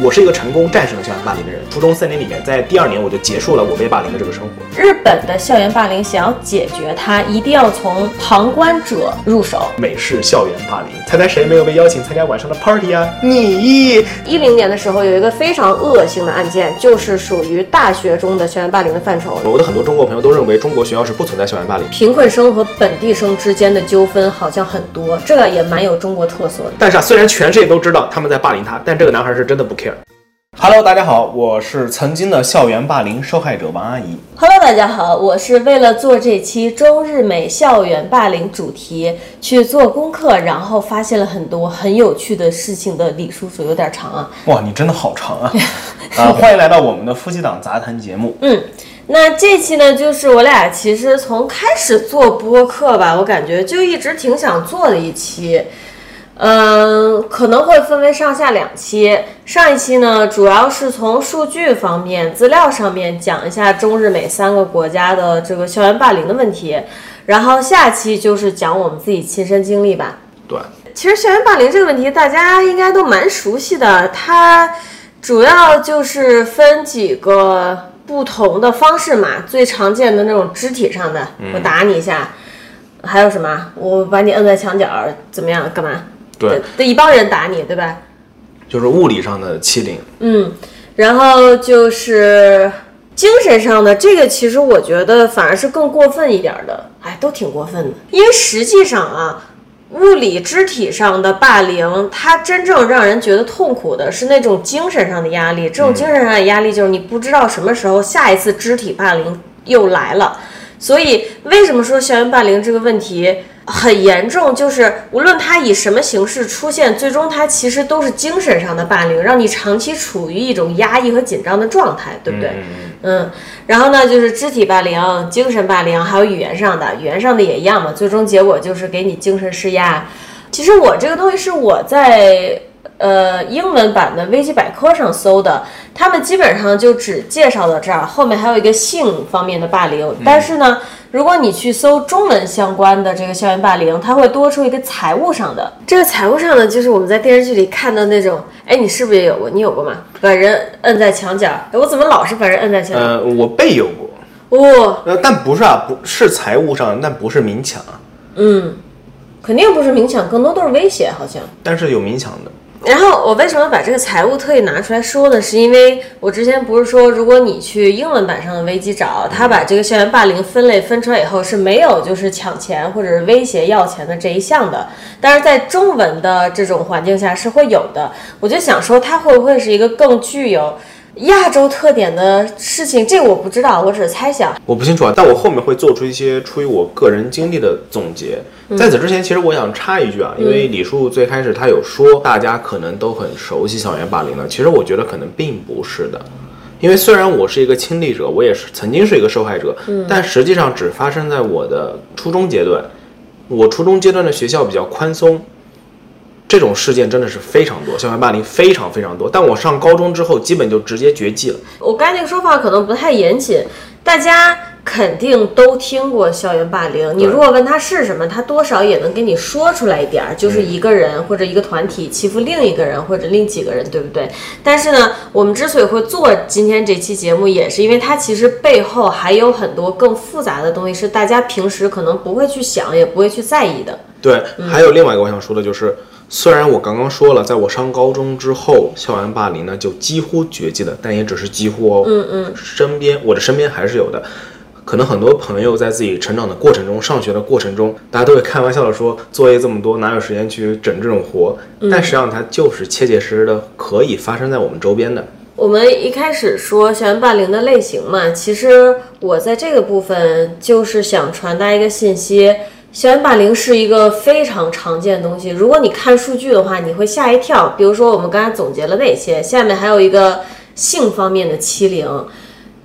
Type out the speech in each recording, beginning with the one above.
我是一个成功战胜了校园霸凌的人。初中三年里面，在第二年我就结束了我被霸凌的这个生活。日本的校园霸凌想要解决它，一定要从旁观者入手。美式校园霸凌，猜猜谁没有被邀请参加晚上的 party 啊？你一零年的时候有一个非常恶性的案件，就是属于大学中的校园霸凌的范畴。我的很多中国朋友都认为中国学校是不存在校园霸凌，贫困生和本地生之间的纠纷好像很多，这个也蛮有中国特色的。但是啊，虽然全世界都知道他们在霸凌他，但这个男孩是真的不 care。Hello，大家好，我是曾经的校园霸凌受害者王阿姨。 Hello，大家好，我是为了做这期中日美校园霸凌主题去做功课，然后发现了很多很有趣的事情的李叔叔，有点长啊。哇，你真的好长啊！啊，欢迎来到我们的夫妻档杂谈节目。嗯，那这期呢，就是我俩其实从开始做播客吧，我感觉就一直挺想做的一期。嗯，可能会分为上下两期。上一期呢，主要是从数据方面、资料上面讲一下中日美三个国家的这个校园霸凌的问题，然后下期就是讲我们自己亲身经历吧。对，其实校园霸凌这个问题，大家应该都蛮熟悉的，它主要就是分几个不同的方式嘛，最常见的那种肢体上的，我打你一下，还有什么，我把你摁在墙角，怎么样，干嘛？对，这一帮人打你，对吧？就是物理上的欺凌。嗯，然后就是精神上的这个，其实我觉得反而是更过分一点儿的，哎，都挺过分的。因为实际上啊，物理肢体上的霸凌，它真正让人觉得痛苦的是那种精神上的压力。这种精神上的压力就是你不知道什么时候下一次肢体霸凌又来了。所以为什么说校园霸凌这个问题很严重？就是无论它以什么形式出现，最终它其实都是精神上的霸凌，让你长期处于一种压抑和紧张的状态，对不对？嗯，然后呢，就是肢体霸凌、精神霸凌，还有语言上的，语言上的也一样嘛，最终结果就是给你精神施压。其实我这个东西是我在呃英文版的维基百科上搜的，他们基本上就只介绍到这儿，后面还有一个性方面的霸凌。但是呢，如果你去搜中文相关的这个校园霸凌，它会多出一个财务上的。这个财务上的就是我们在电视剧里看到那种，哎，你是不是也有过？你有过吗？把人摁在墙角，哎，我怎么老是把人摁在墙角？呃，我被有过，哦，呃，但不是啊，不是财务上，但不是明抢啊，肯定不是明抢，更多都是威胁，好像。但是有明抢的。然后我为什么把这个财务特意拿出来说呢？是因为我之前不是说，如果你去英文版上的维基找，他把这个校园霸凌分类分出来以后是没有就是抢钱或者是威胁要钱的这一项的，但是在中文的这种环境下是会有的。我就想说，它会不会是一个更具有亚洲特点的事情？这个我不知道，我只是猜想。我不清楚啊，但我后面会做出一些出于我个人经历的总结。在此之前，其实我想插一句啊，因为李叔最开始他有说大家可能都很熟悉校园霸凌了，其实我觉得可能并不是的，因为虽然我是一个亲历者，我也是曾经是一个受害者，但实际上只发生在我的初中阶段。我初中阶段的学校比较宽松，这种事件真的是非常多，校园霸凌非常非常多。但我上高中之后，基本就直接绝迹了。我刚才那个说法可能不太严谨，大家肯定都听过校园霸凌。你对如果问他是什么，他多少也能给你说出来一点儿，就是一个人或者一个团体欺负另一个人或者另几个人，对不对？但是呢，我们之所以会做今天这期节目，也是因为它其实背后还有很多更复杂的东西，是大家平时可能不会去想，也不会去在意的。对，还有另外一个我想说的就是，虽然我刚刚说了，在我上高中之后，校园霸凌呢就几乎绝迹了，但也只是几乎哦。嗯嗯，身边我的身边还是有的。可能很多朋友在自己成长的过程中、上学的过程中，大家都会开玩笑的说，作业这么多，哪有时间去整这种活？但实际上，它就是切切实实的可以发生在我们周边的。我们一开始说校园霸凌的类型嘛，其实我在这个部分就是想传达一个信息：校园霸凌是一个非常常见的东西。如果你看数据的话，你会吓一跳。比如说我们刚才总结了哪些，下面还有一个性方面的欺凌，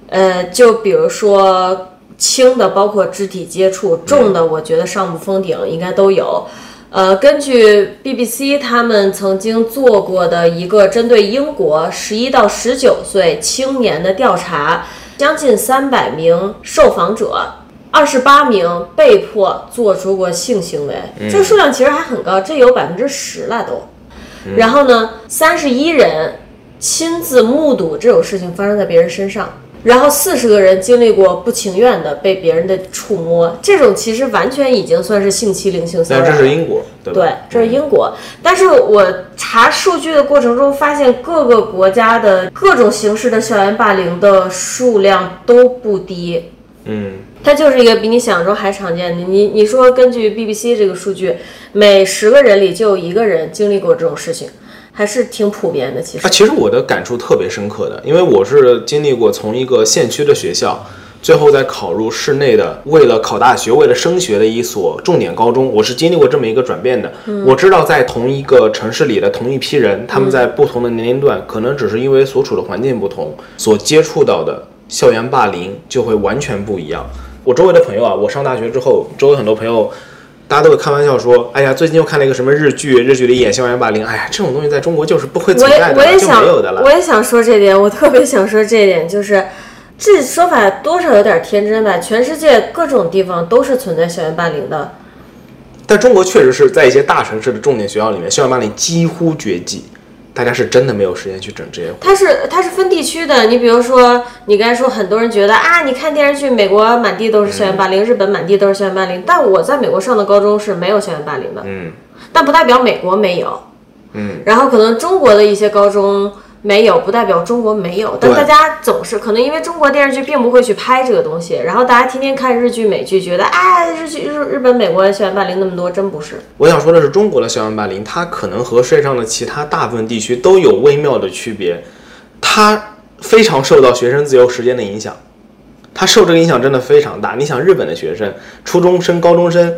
呃，就比如说轻的包括肢体接触，重的我觉得上不封顶应该都有。呃，根据 BBC 他们曾经做过的一个针对英国十一到十九岁青年的调查，将近三百名受访者，二十八名被迫做出过性行为，这个数嗯量其实还很高，这有百分之十了都。然后呢，三十一人亲自目睹这种事情发生在别人身上。然后四十个人经历过不情愿的被别人的触摸，这种其实完全已经算是性欺凌、性骚扰但了。这是英国，对吧？对，这是英国。但是我查数据的过程中发现，各个国家的各种形式的校园霸凌的数量都不低。嗯，它就是一个比你想象中还常见的。你你说，根据 BBC 这个数据，每十个人里就有一个人经历过这种事情，还是挺普遍的。其实啊，，其实我的感触特别深刻的，因为我是经历过从一个县区的学校，最后再考入市内的，为了考大学、为了升学的一所重点高中，我是经历过这么一个转变的。嗯我知道在同一个城市里的同一批人，他们在不同的年龄段，可能只是因为所处的环境不同，所接触到的校园霸凌就会完全不一样。我周围的朋友啊，我上大学之后，周围很多朋友大家都会开玩笑说，哎呀，最近又看了一个什么日剧，日剧里演校园霸凌，哎呀，这种东西在中国就是不会我存在也的，我也就想没有的，了我。也想说这点，我特别想说这点，就是这说法多少有点天真吧。全世界各种地方都是存在校园霸凌的，但中国确实是在一些大城市的重点学校里面，校园霸凌几乎绝迹，大家是真的没有时间去整这些。它是它是分地区的，你比如说，你刚才说很多人觉得啊，你看电视剧，美国满地都嗯是校园霸凌，日本满地都是校园霸凌，但我在美国上的高中是没有校园霸凌的，嗯，但不代表美国没有，嗯，然后可能中国的一些高中没有，不代表中国没有，但对大家总是可能因为中国电视剧并不会去拍这个东西，然后大家天天看日剧、美剧，觉得啊，日剧日日本、美国校园霸凌那么多，真不是，我想说的是，中国的校园霸凌，它可能和世界上的其他大部分地区都有微妙的区别，它非常受到学生自由时间的影响，它受这个影响真的非常大。你想，日本的学生，初中生、高中生，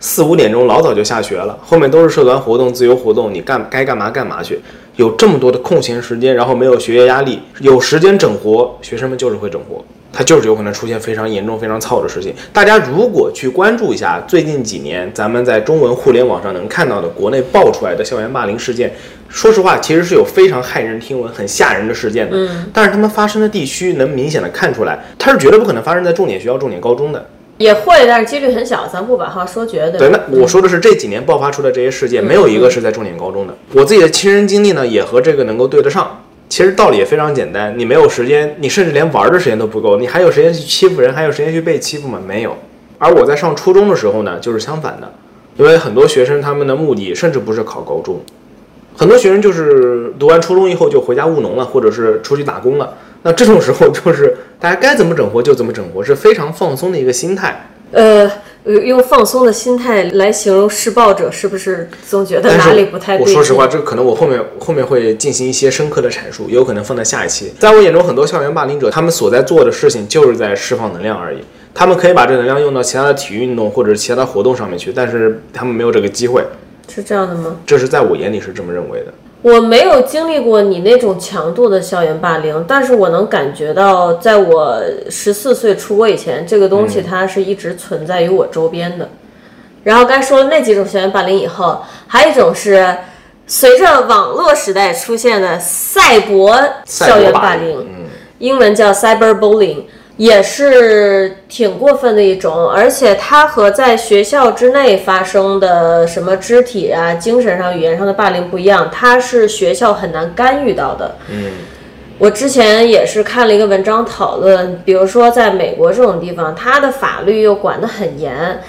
四五点钟老早就下学了，后面都是社团活动、自由活动，你干该干嘛干嘛去，有这么多的空闲时间，然后没有学业压力，有时间整活，学生们就是会整活。它就是有可能出现非常严重、非常操的事情。大家如果去关注一下最近几年咱们在中文互联网上能看到的国内爆出来的校园霸凌事件，说实话，其实是有非常骇人听闻、很吓人的事件的。嗯，但是他们发生的地区能明显的看出来，它是绝对不可能发生在重点学校、重点高中的。也会，但是几率很小，咱不把话说绝对吧。对，那我说的是这几年爆发出的这些事件，没有一个是在重点高中的。我自己的亲身经历呢，也和这个能够对得上。其实道理也非常简单，你没有时间，你甚至连玩儿的时间都不够，你还有时间去欺负人，还有时间去被欺负吗？没有。而我在上初中的时候呢，就是相反的，因为很多学生他们的目的甚至不是考高中，很多学生就是读完初中以后就回家务农了，或者是出去打工了。那这种时候就是大家该怎么整活就怎么整活，是非常放松的一个心态。呃，呃用放松的心态来形容施暴者，是不是总觉得但是哪里不太对我劲？说实话，这个可能我后面后面会进行一些深刻的阐述，也有可能放在下一期。在我眼中，很多校园霸凌者他们所在做的事情就是在释放能量而已。他们可以把这能量用到其他的体育运动或者是其他的活动上面去，但是他们没有这个机会。是这样的吗？这是在我眼里是这么认为的。我没有经历过你那种强度的校园霸凌，但是我能感觉到，在我十四岁出国以前，这个东嗯西它是一直存在于我周边的。然后该说了那几种校园霸凌以后，还有一种是随着网络时代出现的赛博校园霸凌，嗯，英文叫 cyberbullying，也是挺过分的一种，而且它和在学校之内发生的什么肢体啊、精神上、语言上的霸凌不一样，它是学校很难干预到的。嗯。我之前也是看了一个文章讨论，比如说在美国这种地方，它的法律又管得很严，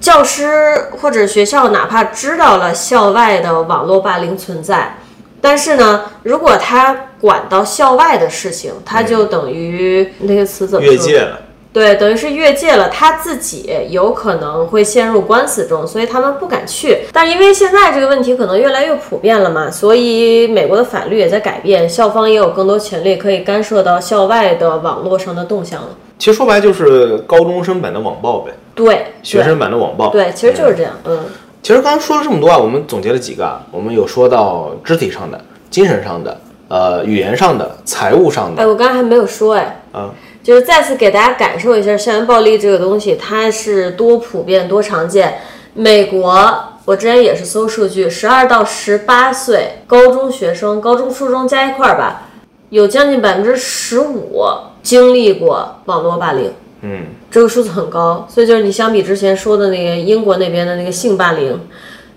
教师或者学校哪怕知道了校外的网络霸凌存在，但是呢，如果他管到校外的事情，他就等于那个词怎么嗯说？越界了。对，等于是越界了，他自己有可能会陷入官司中，所以他们不敢去。但因为现在这个问题可能越来越普遍了嘛，所以美国的法律也在改变，校方也有更多权利可以干涉到校外的网络上的动向了。其实说白了就是高中生版的网暴呗，对，学生版的网暴。对对，其实就是这样，嗯。其实刚刚说了这么多啊，我们总结了几个啊，我们有说到肢体上的、精神上的、呃语言上的、财务上的哎，我刚才还没有说哎，啊，就是再次给大家感受一下校园暴力这个东西，它是多普遍、多常见。美国，我之前也是搜数据，十二到十八岁高中学生，高中、初中加一块儿吧，有将近百分之十五经历过网络霸凌，嗯。这个数字很高。所以就是你相比之前说的那个英国那边的那个性霸凌，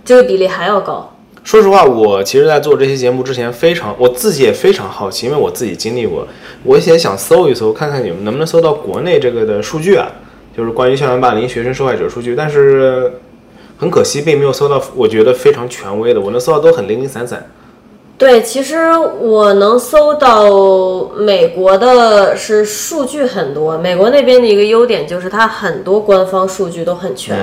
这个比例还要高。说实话，我其实，在做这期节目之前，非常我自己也非常好奇，因为我自己经历过，我也想搜一搜，看看你们能不能搜到国内这个的数据啊，就是关于校园霸凌学生受害者数据。但是很可惜，并没有搜到我觉得非常权威的，我能搜到都很零零散散。对，其实我能搜到美国的是数据很多，美国那边的一个优点就是它很多官方数据都很全。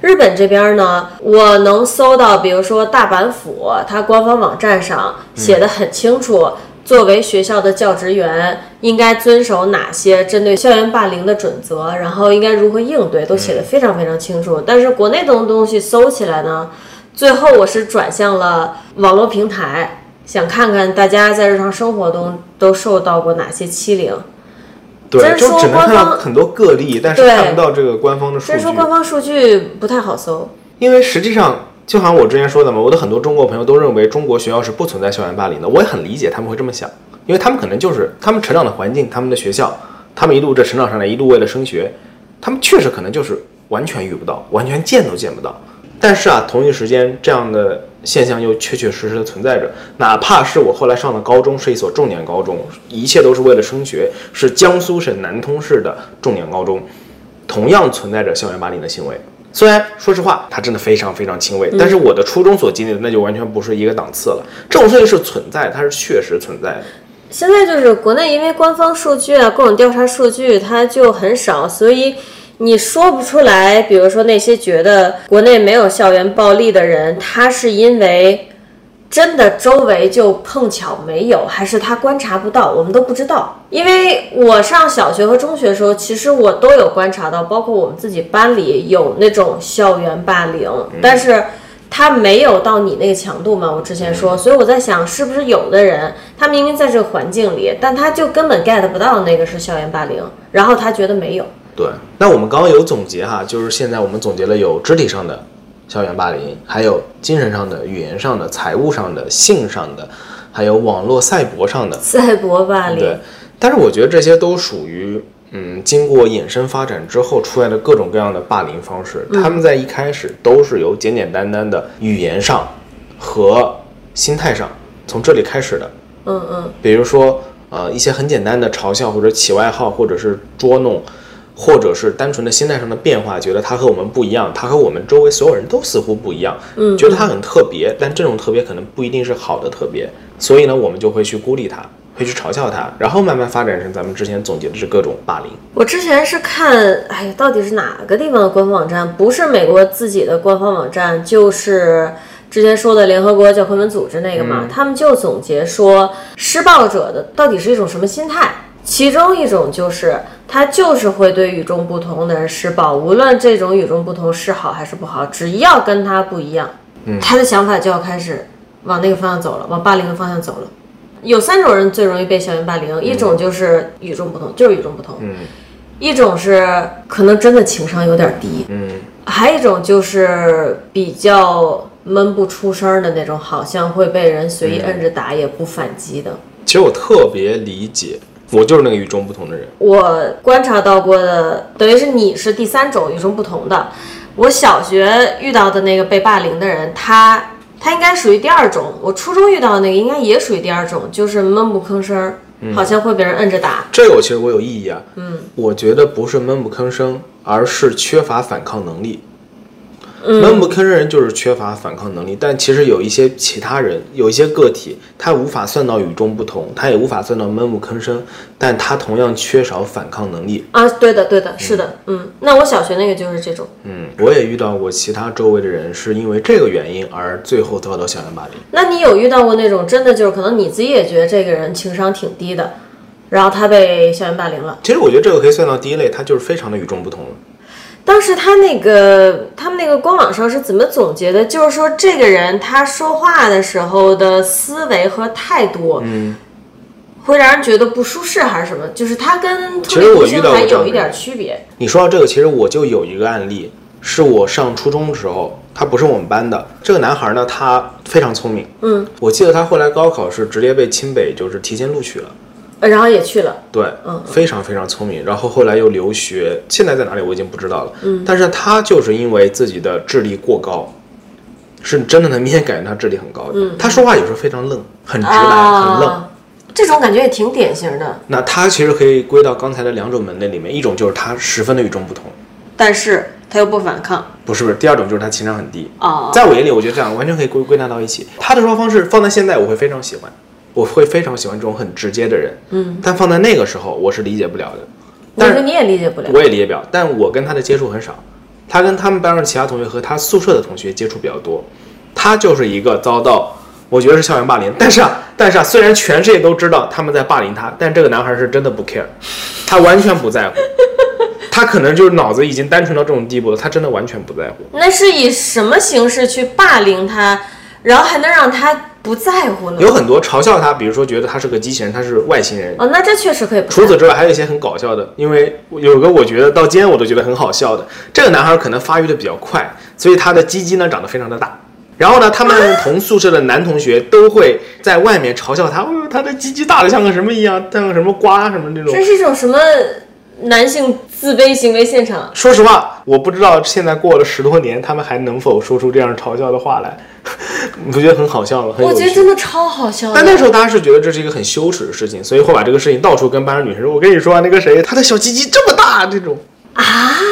日本这边呢，我能搜到，比如说大阪府，它官方网站上写的很清楚，作为学校的教职员应该遵守哪些针对校园霸凌的准则，然后应该如何应对，都写的非常非常清楚。但是国内的东西搜起来呢，最后我是转向了网络平台，想看看大家在日常生活中都受到过哪些欺凌。对真，就说只能官看到方很多个例，但是对看不到这个官方的数虽据。然说官方数据不太好搜，因为实际上，就好像我之前说的嘛，我的很多中国朋友都认为中国学校是不存在校园霸凌的，我也很理解他们会这么想，因为他们可能就是他们成长的环境、他们的学校、他们一路这成长上来，一路为了升学，他们确实可能就是完全遇不到，完全见都见不到。但是啊，同一时间这样的现象又确确实实的存在着。哪怕是我后来上的高中是一所重点高中，一切都是为了升学，是江苏省南通市的重点高中，同样存在着校园霸凌的行为。虽然说实话，它真的非常非常轻微，但是我的初中所经历的那就完全不是一个档次了。这种事情是存在，它是确实存在的。现在就是国内，因为官方数据啊，各种调查数据，它就很少，所以你说不出来。比如说那些觉得国内没有校园暴力的人，他是因为真的周围就碰巧没有，还是他观察不到，我们都不知道。因为我上小学和中学的时候，其实我都有观察到，包括我们自己班里有那种校园霸凌，嗯但是。他没有到你那个强度嘛？我之前嗯说，所以我在想，是不是有的人他明明在这个环境里，但他就根本 get 不到那个是校园霸凌，然后他觉得没有。对，那我们刚刚有总结哈，就是现在我们总结了有肢体上的校园霸凌，还有精神上的、语言上的、财务上的、性上的，还有网络赛博上的。赛博霸对凌，，但是我觉得这些都属于嗯，经过衍生发展之后出来的各种各样的霸凌方式，他们在一开始都是由简简单单的语言上和心态上从这里开始的。嗯嗯，比如说呃一些很简单的嘲笑或者起外号或者是捉弄，或者是单纯的心态上的变化，觉得他和我们不一样，他和我们周围所有人都似乎不一样，嗯，觉得他很特别，但这种特别可能不一定是好的特别，所以呢，我们就会去孤立他。会去嘲笑他，然后慢慢发展成咱们之前总结的这各种霸凌。我之前是看，哎，到底是哪个地方的官方网站？不是美国自己的官方网站，就是之前说的联合国教科文组织那个嘛，他们就总结说，施暴者的到底是一种什么心态？其中一种就是他就是会对与众不同的人施暴，无论这种与众不同是好还是不好，只要跟他不一样，他的想法就要开始往那个方向走了，往霸凌的方向走了。有三种人最容易被校园霸凌，一种就是与众不同，就是与众不同。一种是可能真的情商有点低，嗯，还有一种就是比较闷不出声儿的那种，好像会被人随意摁着打也不反击的。其实我特别理解，我就是那个与众不同的人。我观察到过的，等于是你是第三种与众不同的。我小学遇到的那个被霸凌的人，他他应该属于第二种。我初中遇到的那个应该也属于第二种，就是闷不吭声儿，好像会被人摁着打。这个我其实我有异议啊，嗯，我觉得不是闷不吭声，而是缺乏反抗能力。闷不吭声人就是缺乏反抗能力，但其实有一些其他人，有一些个体，他无法算到与众不同，他也无法算到闷不吭声，但他同样缺少反抗能力。啊，对的，对的，是的，嗯。那我小学那个就是这种。嗯，我也遇到过其他周围的人是因为这个原因而最后遭到校园霸凌。那你有遇到过那种真的就是可能你自己也觉得这个人情商挺低的，然后他被校园霸凌了，其实我觉得这个可以算到第一类，他就是非常的与众不同了。当时他那个他们那个官网上是怎么总结的？就是说这个人他说话的时候的思维和态度，嗯，会让人觉得不舒适还是什么？就是他跟特其立实我独遇行到过还这样有的一点人区别。你说到这个，其实我就有一个案例，是我上初中的时候，他不是我们班的。这个男孩呢，他非常聪明，嗯，我记得他后来高考是直接被清北就是提前录取了，呃然后也去了，对，非常非常聪明。然后后来又留学，现在在哪里我已经不知道了，嗯，但是他就是因为自己的智力过高，是真的能明显感觉他智力很高的。他说话有时候非常愣，很直白，很愣。嗯啊，这种感觉也挺典型的。那他其实可以归到刚才的两种门类里面，一种就是他十分的与众不同，但是他又不反抗不是不是；第二种就是他情商很低。啊，在我眼里，我觉得这样完全可以归归纳到一起。他的说话方式放在现在，我会非常喜欢，我会非常喜欢这种很直接的人。嗯，但放在那个时候，我是理解不了的。我但觉是得你也理解不了。我也理解不了，但我跟他的接触很少，他跟他们班上其他同学和他宿舍的同学接触比较多，他就是一个遭到，我觉得是校园霸凌。但是啊，但是啊，虽然全世界都知道他们在霸凌他，但这个男孩是真的不 care，他完全不在乎，他可能就是脑子已经单纯到这种地步了，他真的完全不在乎。那是以什么形式去霸凌他，然后还能让他不在乎呢？有很多嘲笑他，比如说觉得他是个机器人，他是外星人，哦，那这确实可以不除此之外，还有一些很搞笑的，因为有个我觉得到今天我都觉得很好笑的，这个男孩可能发育的比较快，所以他的鸡鸡呢长得非常的大。然后呢，他们同宿舍的男同学都会在外面嘲笑他，哦，他的鸡鸡大的像个什么一样，像个什么瓜什么那种这。是一种什么男性自卑行为现场？说实话，我不知道现在过了十多年，他们还能否说出这样嘲笑的话来， 你不觉得很好笑吗？很有我觉得趣真。的超好笑的。但那时候大家是觉得这是一个很羞耻的事情，所以会把这个事情到处跟班上女生说：“我跟你说啊，那个谁，他的小鸡鸡这么大。”这种啊，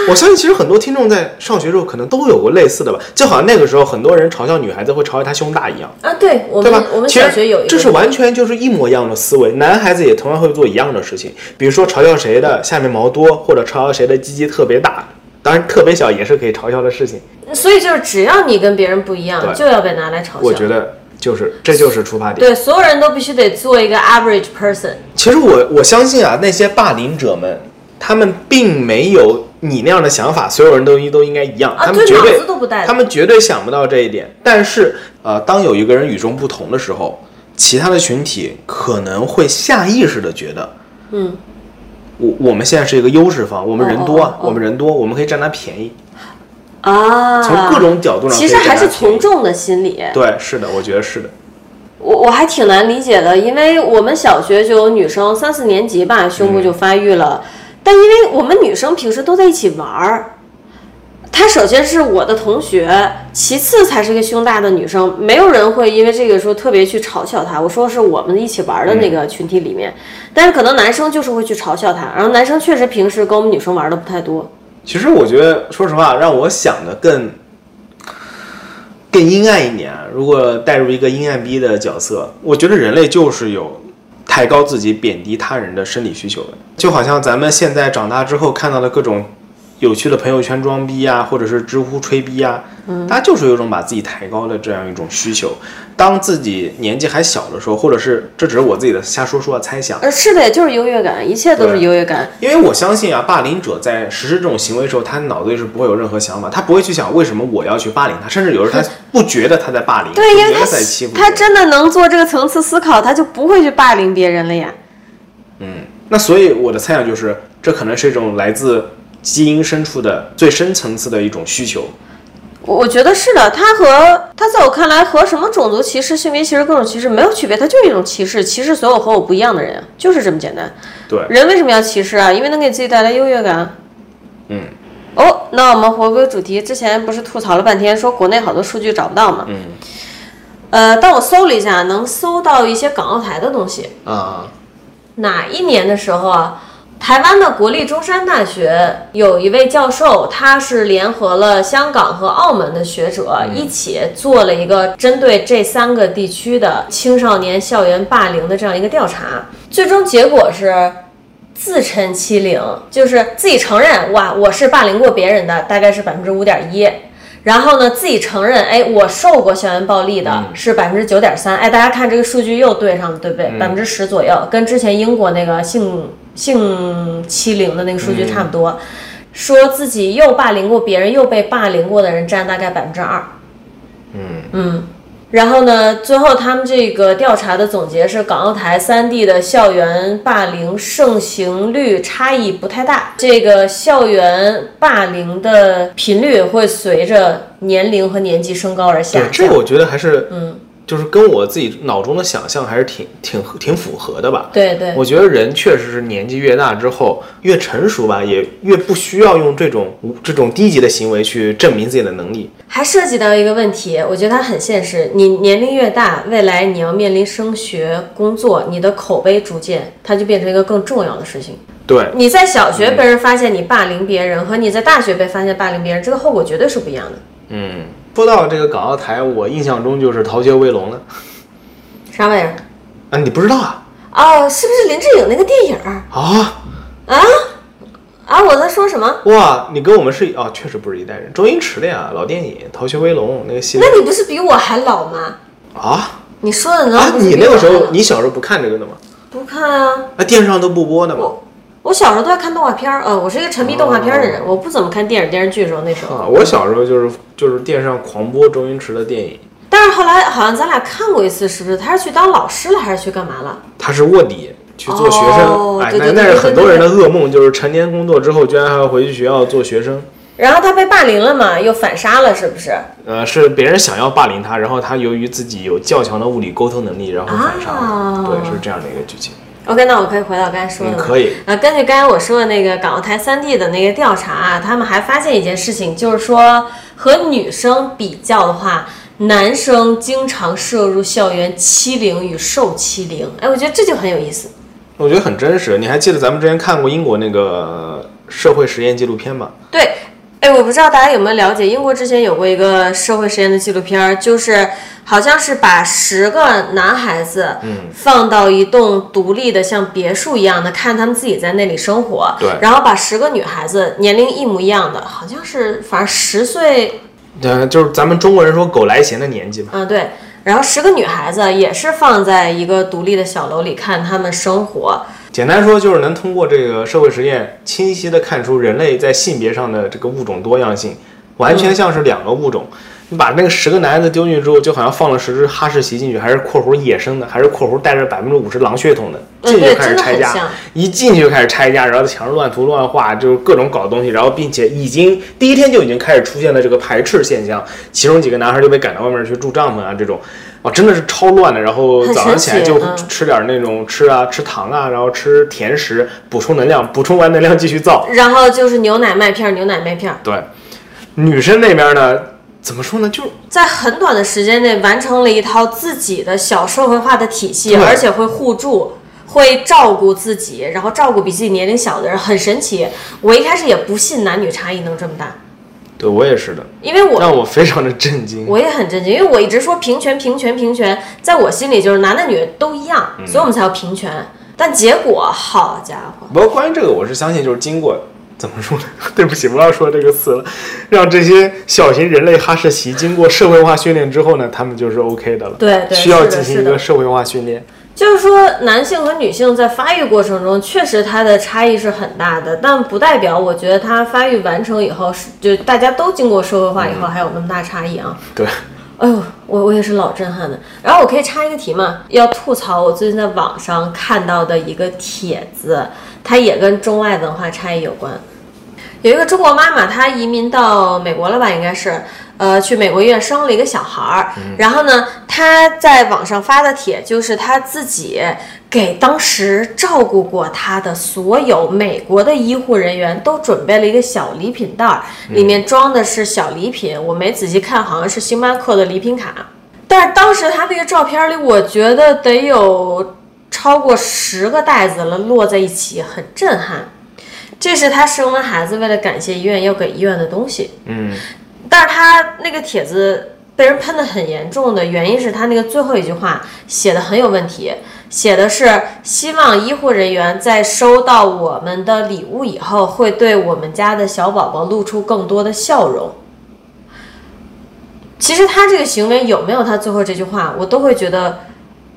我相信其实很多听众在上学时候可能都有过类似的吧，就好像那个时候很多人嘲笑女孩子会嘲笑她胸大一样，啊，对我对们吧？我们其小实学有一个这是完全就是一模一样的思维，男孩子也同样会做一样的事情，比如说嘲笑谁的下面毛多，或者嘲笑谁的鸡鸡特别大，当然特别小也是可以嘲笑的事情。所以就是只要你跟别人不一样，对就要被拿来嘲笑。我觉得就是这就是出发点。对，所有人都必须得做一个 average person。其实我我相信啊，那些霸凌者们，他们并没有你那样的想法，所有人都都应该一样，啊他们对绝对脑子都不带的他们绝对想不到这一点。但是，呃，当有一个人与众不同的时候，其他的群体可能会下意识的觉得，嗯，我我们现在是一个优势方，我们人多哦哦啊，哦我们人多，我们可以占他便宜，啊，从各种角度上可其以实占他还是便从。宜众的心理。对，是的，我觉得是的。我我还挺难理解的，因为我们小学就有女生三四年级吧，胸部嗯就发育了，但因为我们女生平时都在一起玩儿。她首先是我的同学，其次才是一个胸大的女生，没有人会因为这个说特别去嘲笑她。我说是我们一起玩儿嗯的那个群体里面，但是可能男生就是会去嘲笑她，然后男生确实平时跟我们女生玩的不太多。其实我觉得，说实话，让我想的更更阴暗一点啊。如果带入一个阴暗逼的角色，我觉得人类就是有抬高自己、贬低他人的生理需求的。就好像咱们现在长大之后看到的各种有趣的朋友圈装逼啊，或者是知乎吹逼啊，他就是有一种把自己抬高的这样一种需求。当自己年纪还小的时候，或者是这只是我自己的瞎说说啊猜想，呃，是的，就是优越感，一切都是对优越感。因为我相信啊，霸凌者在实施这种行为的时候，他脑子里是不会有任何想法，他不会去想为什么我要去霸凌他，甚至有时候他不觉得他在霸凌，对，因为不觉他得在欺负他人真的能做这个层次思考，他就不会去霸凌别人了呀。那所以我的猜想就是，这可能是一种来自基因深处的最深层次的一种需求。我我觉得是的，他和他在我看来和什么种族歧视、性别歧视、各种歧视没有区别，他就是一种歧视，歧视所有和我不一样的人，就是这么简单。对人为什么要歧视啊？因为能给自己带来优越感。啊嗯。哦，那我们回归主题，之前不是吐槽了半天，说国内好多数据找不到嘛？嗯。呃，但我搜了一下，能搜到一些港澳台的东西。啊，哪一年的时候啊？台湾的国立中山大学有一位教授，他是联合了香港和澳门的学者一起做了一个针对这三个地区的青少年校园霸凌的这样一个调查，最终结果是自称欺凌，就是自己承认哇我是霸凌过别人的，大概是百分之五点一。然后呢，自己承认，哎，我受过校园暴力的是百分之九点三，哎，大家看这个数据又对上了，对不对？百分之十左右，跟之前英国那个性性欺凌的那个数据差不多。说自己又霸凌过别人，又被霸凌过的人占大概百分之二。嗯然后呢，最后他们这个调查的总结是，港澳台三地的校园霸凌盛行率差异不太大，这个校园霸凌的频率会随着年龄和年级升高而下对，这降。我觉得还是嗯就是跟我自己脑中的想象还是挺挺挺符合的吧。对对，我觉得人确实是年纪越大之后越成熟吧，也越不需要用这种这种低级的行为去证明自己的能力。还涉及到一个问题，我觉得它很现实。你年龄越大，未来你要面临升学、工作，你的口碑逐渐，它就变成一个更重要的事情。对，你在小学被人发现你霸凌别人，和你在大学被发现霸凌别人，这个后果绝对是不一样的。嗯，说到这个港澳台，我印象中就是《逃学威龙》了啥玩意儿？啊，你不知道啊？哦，是不是林志颖那个电影儿啊，啊？啊，我在说什么？哇，你跟我们是一啊，确实不是一代人。周星驰的呀，老电影《逃学威龙》那个系列那你不是比我还老吗？啊你说的呢？啊！不是你比那我个时还候，老你小时候不看这个的吗？不看啊？啊，电视上都不播的吗？我我小时候都爱看动画片儿，呃，我是一个沉迷动画片儿的哦人，我不怎么看电影电视剧的时候那时候。啊，我小时候就是就是电视上狂播周星驰的电影，但是后来好像咱俩看过一次，是不是？他是去当老师了，还是去干嘛了？他是卧底去做学生，哦哎，对那对对那对是对很对多人的对噩梦，就是成年工作之后居然还要回去学校做学生。然后他被霸凌了嘛，又反杀了，是不是？呃，是别人想要霸凌他，然后他由于自己有较强的物理沟通能力，然后反杀了。啊对，是这样的一个剧情。 OK，那我可以回到刚才说的嗯，了。可以。呃，根据刚才我说的那个港澳台三地的那个调查啊，他们还发现一件事情，就是说和女生比较的话，男生经常摄入校园欺凌与受欺凌。哎，我觉得这就很有意思。我觉得很真实。你还记得咱们之前看过英国那个社会实验纪录片吗？对，哎，我不知道大家有没有了解，英国之前有过一个社会实验的纪录片儿，就是好像是把十个男孩子，嗯，放到一栋独立的像别墅一样的，看他们自己在那里生活，对然后把十个女孩子年龄一模一样的，好像是反正十岁，呃，就是咱们中国人说狗来闲的年纪嘛。嗯，对。然后十个女孩子也是放在一个独立的小楼里看他们生活，简单说就是能通过这个社会实验，清晰的看出人类在性别上的这个物种多样性，完全像是两个物种。你把那个十个男的丢进去之后，就好像放了十只哈士奇进去，还是（括弧野生的），还是（括弧带着百分之五十狼血统的），嗯进去就对开始真的拆很家像，一进去就开始拆家，然后在墙上乱涂乱画，就是各种搞东西，然后并且已经第一天就已经开始出现了这个排斥现象，其中几个男孩就被赶到外面去住帐篷啊，这种，哦，真的是超乱的。然后很早上起来神奇就嗯吃点那种吃啊，吃糖啊，然后吃甜食补充能量，补充完能量继续造。然后就是牛奶麦片儿，牛奶麦片儿，对，女生那边呢，怎么说呢，就是在很短的时间内完成了一套自己的小社会化的体系，对而且会互助，会照顾自己，然后照顾比自己年龄小的人，很神奇。我一开始也不信男女差异能这么大，对我也是的，因为我让我非常的震惊。我也很震惊，因为我一直说平权平权平权，在我心里就是男的女的都一样，所以我们才要平权。但结果，好家伙，不过关于这个，我是相信就是经过。怎么说呢？ 对不起，不要说这个词了。让这些小型人类哈士奇经过社会化训练之后呢，他们就是 OK 的了。对对需要是的进行是一的个社会化训练。就是说，男性和女性在发育过程中，确实它的差异是很大的，但不代表我觉得它发育完成以后是，就大家都经过社会化以后还有那么大差异啊。对，哎呦，我我也是老震撼的。然后我可以插一个题吗？要吐槽我最近在网上看到的一个帖子，它也跟中外文化差异有关。有一个中国妈妈，她移民到美国了吧？应该是，呃，去美国医院生了一个小孩儿。然后呢，她在网上发的帖就是她自己给当时照顾过她的所有美国的医护人员都准备了一个小礼品袋儿，里面装的是小礼品。我没仔细看，好像是星巴克的礼品卡。但是当时她那个照片里，我觉得得有超过十个袋子了，摞在一起，很震撼。这是她生完孩子为了感谢医院要给医院的东西。嗯，但是她那个帖子被人喷的很严重的原因是她那个最后一句话写的很有问题，写的是希望医护人员在收到我们的礼物以后，会对我们家的小宝宝露出更多的笑容。其实他这个行为有没有他最后这句话，我都会觉得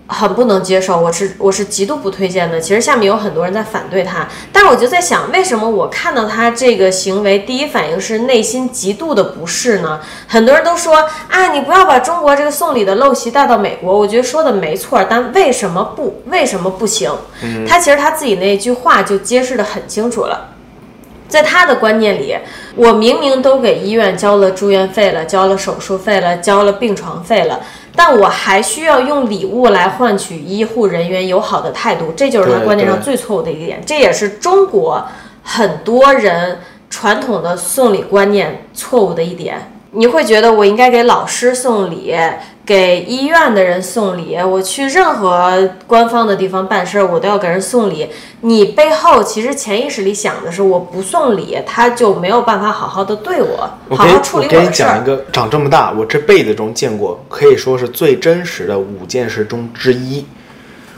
很不能接受，我是我是极度不推荐的。其实下面有很多人在反对他，但是我就在想，为什么我看到他这个行为，第一反应是内心极度的不适呢？很多人都说啊，你不要把中国这个送礼的陋习带到美国，我觉得说的没错，但为什么不？为什么不行？他其实他自己那句话就揭示的很清楚了。在他的观念里，我明明都给医院交了住院费了，交了手术费了，交了病床费了，但我还需要用礼物来换取医护人员友好的态度，这就是他对观念上对最错误的一点。这也是中国很多人传统的送礼观念错误的一点。你会觉得我应该给老师送礼，给医院的人送礼，我去任何官方的地方办事儿，我都要给人送礼。你背后其实潜意识里想的是，我不送礼，他就没有办法好好的对我，我好给好处我理给你的事讲一儿。个，长这么大，我这辈子中见过可以说是最真实的五件事中之一。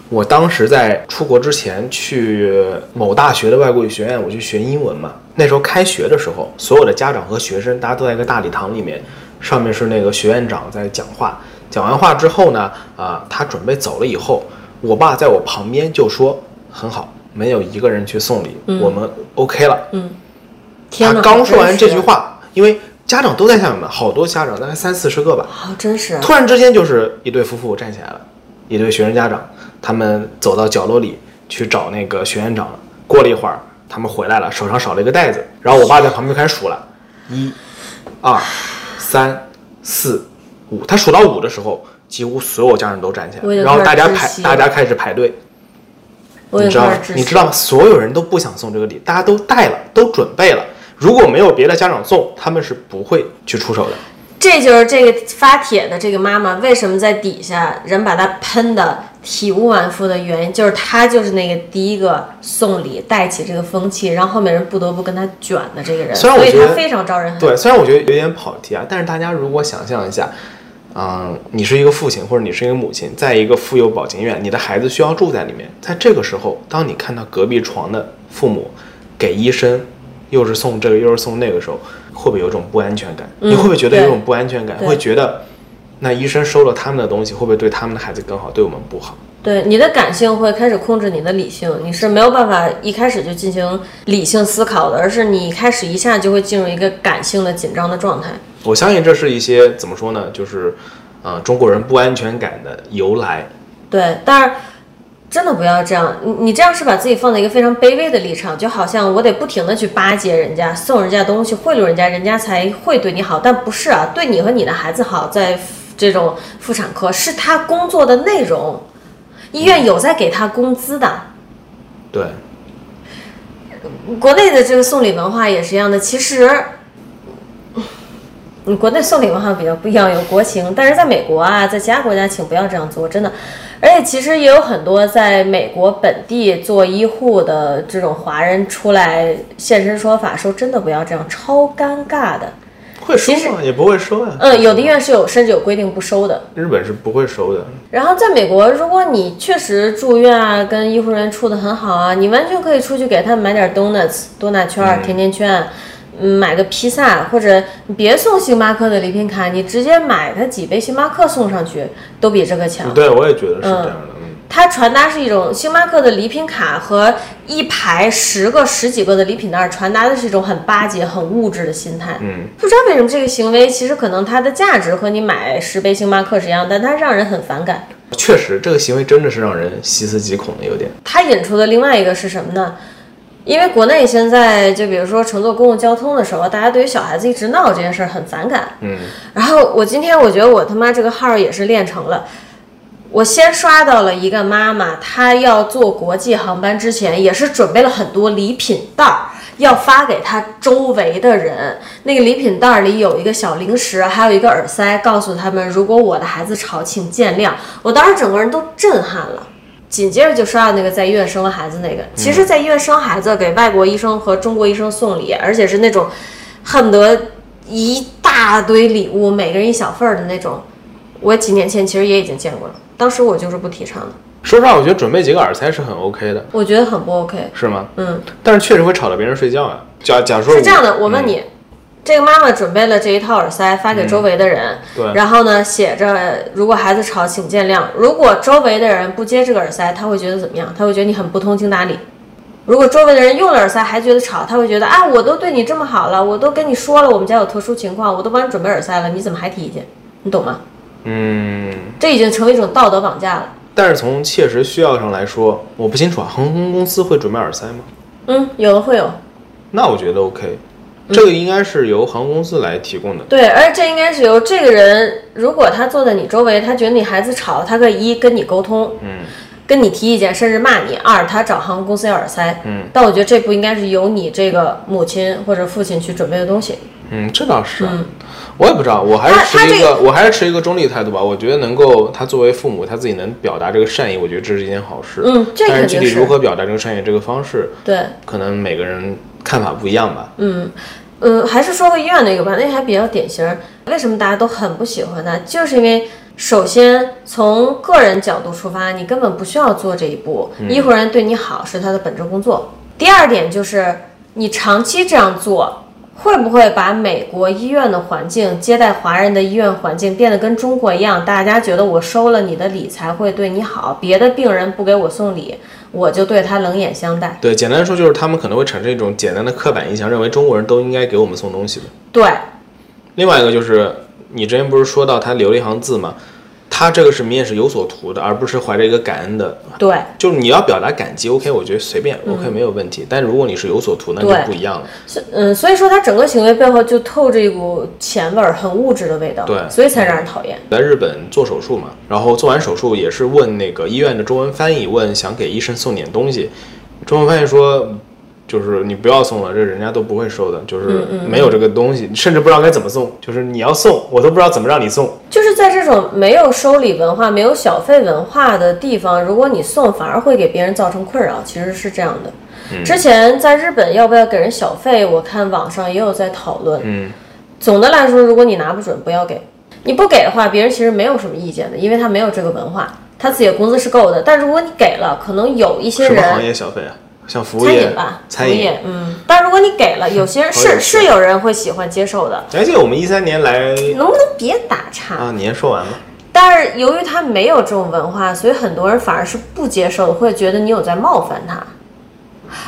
我当时在出国之前去某大学的外国语学院，我去学英文嘛。那时候开学的时候，所有的家长和学生，大家都在一个大礼堂里面，上面是那个学院长在讲话。讲完话之后呢，啊、他准备走了以后，我爸在我旁边就说：“很好，没有一个人去送礼，嗯我们 OK 了。”天他哪，刚说好啊完真实这句，话，因为家长都在下面嘛，好多家长，大概三四十个吧。好真实。突然之间，就是一对夫妇站起来了，一对学生家长，他们走到角落里去找那个学院长了。过了一会儿，他们回来了，手上少了一个袋子，然后我爸在旁边开始数了，一、二、三、四、五。他数到五的时候，几乎所有家长都站起我来，有点然后大家窒排，息大家开始排队。我有你知道点吗窒？息。你知道吗？所有人都不想送这个礼，大家都带了，都准备了。如果没有别的家长送，他们是不会去出手的。这就是这个发帖的这个妈妈为什么在底下人把她喷的体无完肤的原因，就是她就是那个第一个送礼带起这个风气，让后面人不得不跟她卷的这个人，虽然所我以觉得她非常招人恨。对，虽然我觉得有点跑题啊，但是大家如果想象一下，嗯，你是一个父亲或者你是一个母亲，在一个妇幼保健院，你的孩子需要住在里面，在这个时候，当你看到隔壁床的父母给医生又是送这个又是送那个时候，会不会有一种不安全感？你会不会觉得有嗯对种不安全感？对会觉得那医生收了他们的东西，会不会对他们的孩子更好，对我们不好？对你的感性会开始控制你的理性，你是没有办法一开始就进行理性思考的，而是你一开始一下就会进入一个感性的紧张的状态。我相信这是一些怎么说呢，就是，呃，中国人不安全感的由来。对，但是真的不要这样，你你这样是把自己放在一个非常卑微的立场，就好像我得不停的去巴结人家，送人家东西，贿赂人家，人家才会对你好。但不是啊，对你和你的孩子好，在这种妇产科是他工作的内容，医院有在给他工资的。对，国内的这个送礼文化也是一样的，其实。嗯，国内送礼文化比较不一样，有国情，但是在美国啊，在其他国家请不要这样做，真的。而且其实也有很多在美国本地做医护的这种华人出来现身说法，说真的不要这样，超尴尬的。会收其实吗？也不会收呀、嗯，有的医院是有甚至有规定不收的，日本是不会收的。然后在美国，如果你确实住院啊，跟医护人员处的很好啊，你完全可以出去给他们买点 donuts 多纳圈、儿、甜甜圈，嗯，买个披萨，或者你别送星巴克的礼品卡，你直接买他几杯星巴克送上去，都比这个强。对，我也觉得是这样的。嗯，它传达是一种星巴克的礼品卡和一排十个、十几个的礼品袋，传达的是一种很巴结、很物质的心态。嗯，不知道为什么这个行为，其实可能它的价值和你买十杯星巴克是一样，但它让人很反感。确实，这个行为真的是让人细思极恐的，有点。它引出的另外一个是什么呢？因为国内现在就比如说乘坐公共交通的时候，大家对于小孩子一直闹这件事儿很反感。嗯，然后我今天我觉得我他妈这个号儿也是练成了。我先刷到了一个妈妈，她要坐国际航班之前，也是准备了很多礼品袋儿，要发给她周围的人。那个礼品袋儿里有一个小零食，还有一个耳塞，告诉他们如果我的孩子吵，请见谅。我当时整个人都震撼了。紧接着就刷到那个在医院生完孩子那个，其实，在医院生孩子给外国医生和中国医生送礼，而且是那种恨不得一大堆礼物，每个人一小份儿的那种。我几年前其实也已经见过了，当时我就是不提倡的，说实话，我觉得准备几个耳塞是很 OK 的，我觉得很不 OK。是吗？嗯，但是确实会吵到别人睡觉啊。假假如说是这样的，嗯我问你，这个妈妈准备了这一套耳塞发给周围的人，嗯对然后呢写着如果孩子吵请见谅，如果周围的人不接这个耳塞，他会觉得怎么样？他会觉得你很不通情达理。如果周围的人用了耳塞还觉得吵，他会觉得啊，我都对你这么好了，我都跟你说了，我们家有特殊情况，我都帮你准备耳塞了，你怎么还提意见？你懂吗？嗯，这已经成为一种道德绑架了。但是从切实需要上来说，我不清楚啊，航空公司会准备耳塞吗？嗯，有的会有，那我觉得 OK，这嗯个应该是由航空公司来提供的。对，而这应该是由这个人，如果他坐在你周围，他觉得你孩子吵，他可以一跟你沟通，嗯，跟你提意见，甚至骂你；二他找航空公司要耳塞，嗯。但我觉得这不应该是由你这个母亲或者父亲去准备的东西。嗯，这倒是啊，我也不知道，我还他是他持一这个，我还是持一个中立态度吧。我觉得能够他作为父母，他自己能表达这个善意，我觉得这是一件好事。嗯这但是肯具定体是如何表达这个善意，这个方式，对，可能每个人看法不一样吧。嗯，呃，还是说回医院那个吧，那个还比较典型儿。为什么大家都很不喜欢它？就是因为首先从个人角度出发，你根本不需要做这一步。医护人员对你好是他的本职工作。第二点就是你长期这样做。会不会把美国医院的环境、接待华人的医院环境变得跟中国一样？大家觉得我收了你的礼才会对你好，别的病人不给我送礼，我就对他冷眼相待。对，简单说就是他们可能会产生一种简单的刻板印象，认为中国人都应该给我们送东西的。对，另外一个就是，你之前不是说到他留了一行字吗？他这个是明显是有所图的，而不是怀着一个感恩的。对，就是你要表达感激，OK，我觉得随便，OK 没有问题。但如果你是有所图，那就嗯对不一样了。所嗯，所以说他整个行为背后就透着一股钱味儿，很物质的味道，对所以才让人讨厌。在日本做手术嘛，然后做完手术也是问那个医院的中文翻译，问想给医生送点东西，中文翻译说。就是你不要送了，这人家都不会收的，嗯就是没有这个东西，甚至不知道该怎么送。就是你要送，我都不知道怎么让你送。就是在这种没有收礼文化、没有小费文化的地方，如果你送，反而会给别人造成困扰，其实是这样的。嗯之前在日本要不要给人小费，我看网上也有在讨论。嗯，总的来说，如果你拿不准，不要给。你不给的话，别人其实没有什么意见的，因为他没有这个文化，他自己的工资是够的。但如果你给了，可能有一些什么人行业小费啊？像服务餐业、饮吧，餐服务业，嗯。但如果你给了，有些人好有是趣是有人会喜欢接受的，而且哎我们一三年来能不能别打岔？啊，你先说完吧。但是由于他没有这种文化，所以很多人反而是不接受的，会觉得你有在冒犯他。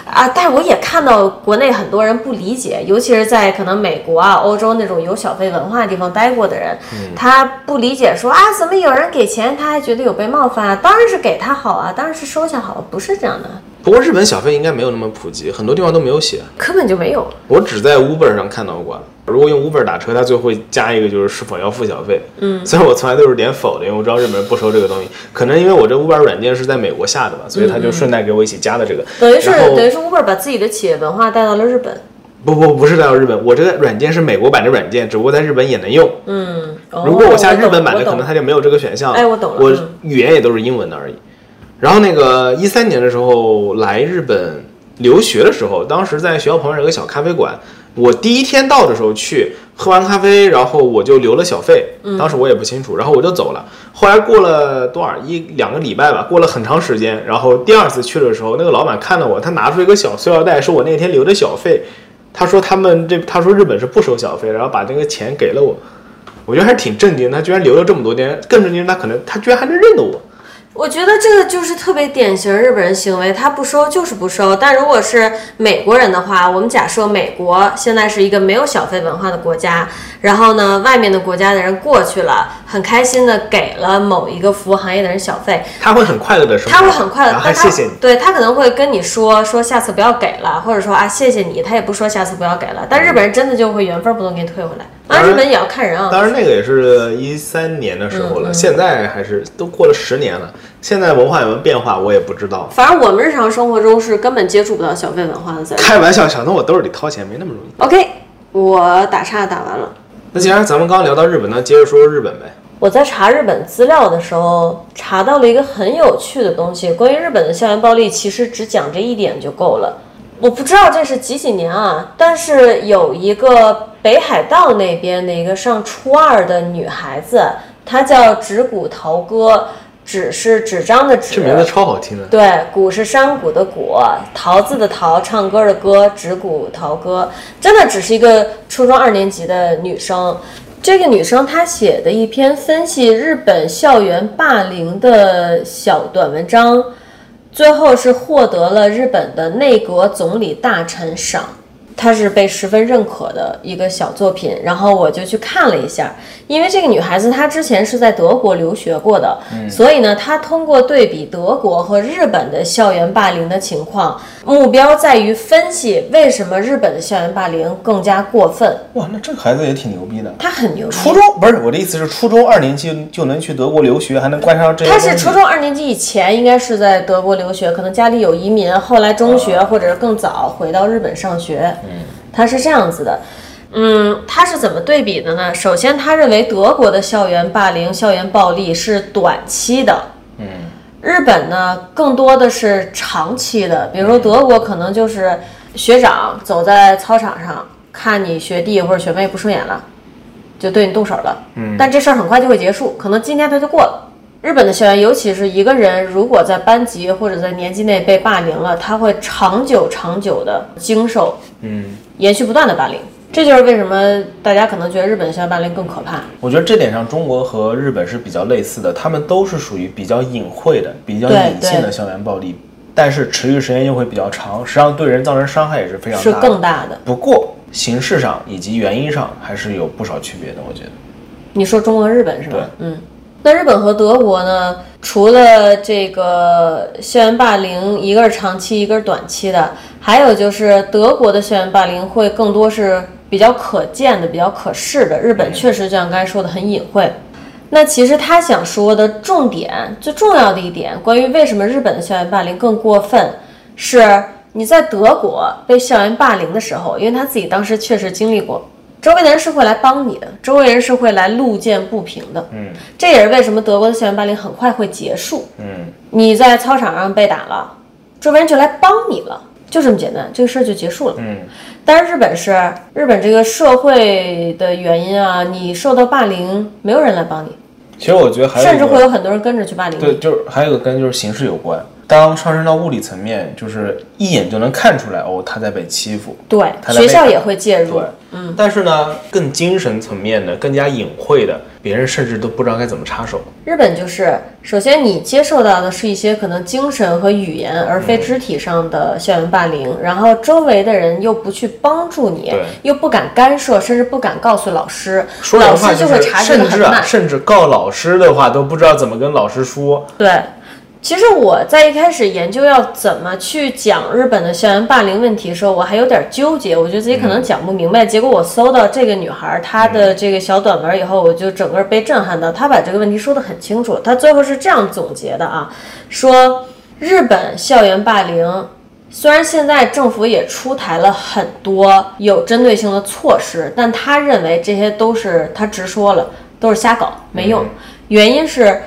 啊，但是我也看到国内很多人不理解，尤其是在可能美国啊、欧洲那种有小费文化的地方待过的人，他不理解说啊，怎么有人给钱他还觉得有被冒犯啊？当然是给他好啊，当然是收下好，不是这样的，不过日本小费应该没有那么普及，很多地方都没有写。根本就没有。我只在 Uber 上看到过。如果用 Uber 打车，它最后会加一个就是是否要付小费。嗯， 虽然我从来都是点否的，因为我知道日本人不收这个东西。可能因为我这 Uber 软件是在美国下的吧，所以他就顺带给我一起加的这个。嗯等于是然后等于是 Uber 把自己的企业文化带到了日本。不不不是带到日本，我这个软件是美国版的软件，只不过在日本也能用。嗯，哦如果我下日本版我的，可懂能它就没有这个选项。哎我懂了我嗯语言也都是英文的而已。然后那个一三年的时候来日本留学的时候，当时在学校旁边有个小咖啡馆，我第一天到的时候去喝完咖啡，然后我就留了小费，嗯当时我也不清楚，然后我就走了。后来过了多少一两个礼拜吧，过了很长时间，然后第二次去的时候，那个老板看到我，他拿出一个小塑料袋，是我那天留的小费。他说他们这，他说日本是不收小费，然后把这个钱给了我。我觉得还是挺震惊的，他居然留了这么多天。更震惊的是，他可能他居然还能认得我。我觉得这个就是特别典型日本人行为，他不收就是不收。但如果是美国人的话，我们假设美国现在是一个没有小费文化的国家，然后呢，外面的国家的人过去了，很开心的给了某一个服务行业的人小费，他会很快乐的生活，他会很快的然后，还但他谢谢你。对他可能会跟你说说下次不要给了，或者说啊谢谢你，他也不说下次不要给了。但日本人真的就会原封不动给你退回来。当啊，然日本也要看人啊。当然，那个也是一三年的时候嗯了，现在还是都过了十年了，现在文化有没有变化，我也不知道。反正我们日常生活中是根本接触不到小费文化的，在这儿。开玩笑，想从我兜里掏钱没那么容易。 OK，我打岔打完了。那既然咱们刚刚聊到日本，那接着说说日本呗。我在查日本资料的时候，查到了一个很有趣的东西，关于日本的校园暴力，其实只讲这一点就够了。我不知道这是几几年啊，但是有一个北海道那边的一个上初二的女孩子，她叫指骨桃歌，指是纸张的纸，这名字超好听的，啊对，鼓是山谷的谷，桃子的桃，唱歌的歌，指骨桃歌，真的只是一个初中二年级的女生。这个女生她写的一篇分析日本校园霸凌的小短文章，最后是获得了日本的内阁总理大臣赏。它是被十分认可的一个小作品，然后我就去看了一下，因为这个女孩子她之前是在德国留学过的，所以呢，她通过对比德国和日本的校园霸凌的情况，目标在于分析为什么日本的校园霸凌更加过分。哇，那这个孩子也挺牛逼的。她很牛逼，初中不是我的意思是，初中二年级就能去德国留学，还能关上这些他东西。是初中二年级以前应该是在德国留学，可能家里有移民，后来中学哦或者是更早回到日本上学。嗯，他是这样子的。嗯，他是怎么对比的呢？首先，他认为德国的校园霸凌、校园暴力是短期的，嗯日本呢，更多的是长期的，比如嗯说德国可能就是学长走在操场上看你学弟或者学妹不顺眼了，就对你动手了。嗯，但这事儿很快就会结束，可能今天他就过了。日本的校园，尤其是一个人如果在班级或者在年级内被霸凌了，他会长久长久的经受，嗯，延续不断的霸凌。嗯这就是为什么大家可能觉得日本的校园霸凌更可怕。我觉得这点上中国和日本是比较类似的，他们都是属于比较隐晦的、比较对隐性的对校园暴力，但是持续时间又会比较长，实际上对人造成伤害也是非常是大的。更大的。不过形式上以及原因上还是有不少区别的，我觉得。你说中国日本是吧对？嗯，那日本和德国呢？除了这个校园霸凌，一个是长期，一个是短期的，还有就是德国的校园霸凌会更多是比较可见的、比较可视的。日嗯本确实就像刚才说的很隐晦。那其实他想说的重点、最重要的一点，关于为什么日本的校园霸凌更过分，是你在德国被校园霸凌的时候，因为他自己当时确实经历过，周围的人是会来帮你的，周围人是会来路见不平的。嗯，这也是为什么德国的校园霸凌很快会结束。嗯，你在操场上被打了，周围人就来帮你了，就这么简单，这个事儿就结束了。嗯，但是日本是日本这个社会的原因啊，你受到霸凌，没有人来帮你，其实我觉得还有甚至一个会有很多人跟着去霸凌你。对，就是还有一个跟就是形式有关。当上升到物理层面，就是一眼就能看出来哦，他在被欺负。对，他来被学校打也会介入对。，嗯。但是呢，更精神层面的、更加隐晦的，别人甚至都不知道该怎么插手。日本就是，首先你接受到的是一些可能精神和语言，而非肢体上的校园霸凌，嗯然后周围的人又不去帮助你对，又不敢干涉，甚至不敢告诉老师，说老人话师就会是，察觉的甚很至啊，慢。甚至告老师的话都不知道怎么跟老师说。对，其实我在一开始研究要怎么去讲日本的校园霸凌问题的时候，我还有点纠结，我觉得自己可能讲不明白。结果我搜到这个女孩她的这个小短文以后，我就整个被震撼到，她把这个问题说得很清楚。她最后是这样总结的啊，说日本校园霸凌。虽然现在政府也出台了很多有针对性的措施，但他认为这些都是他直说了，都是瞎搞，没用。原因是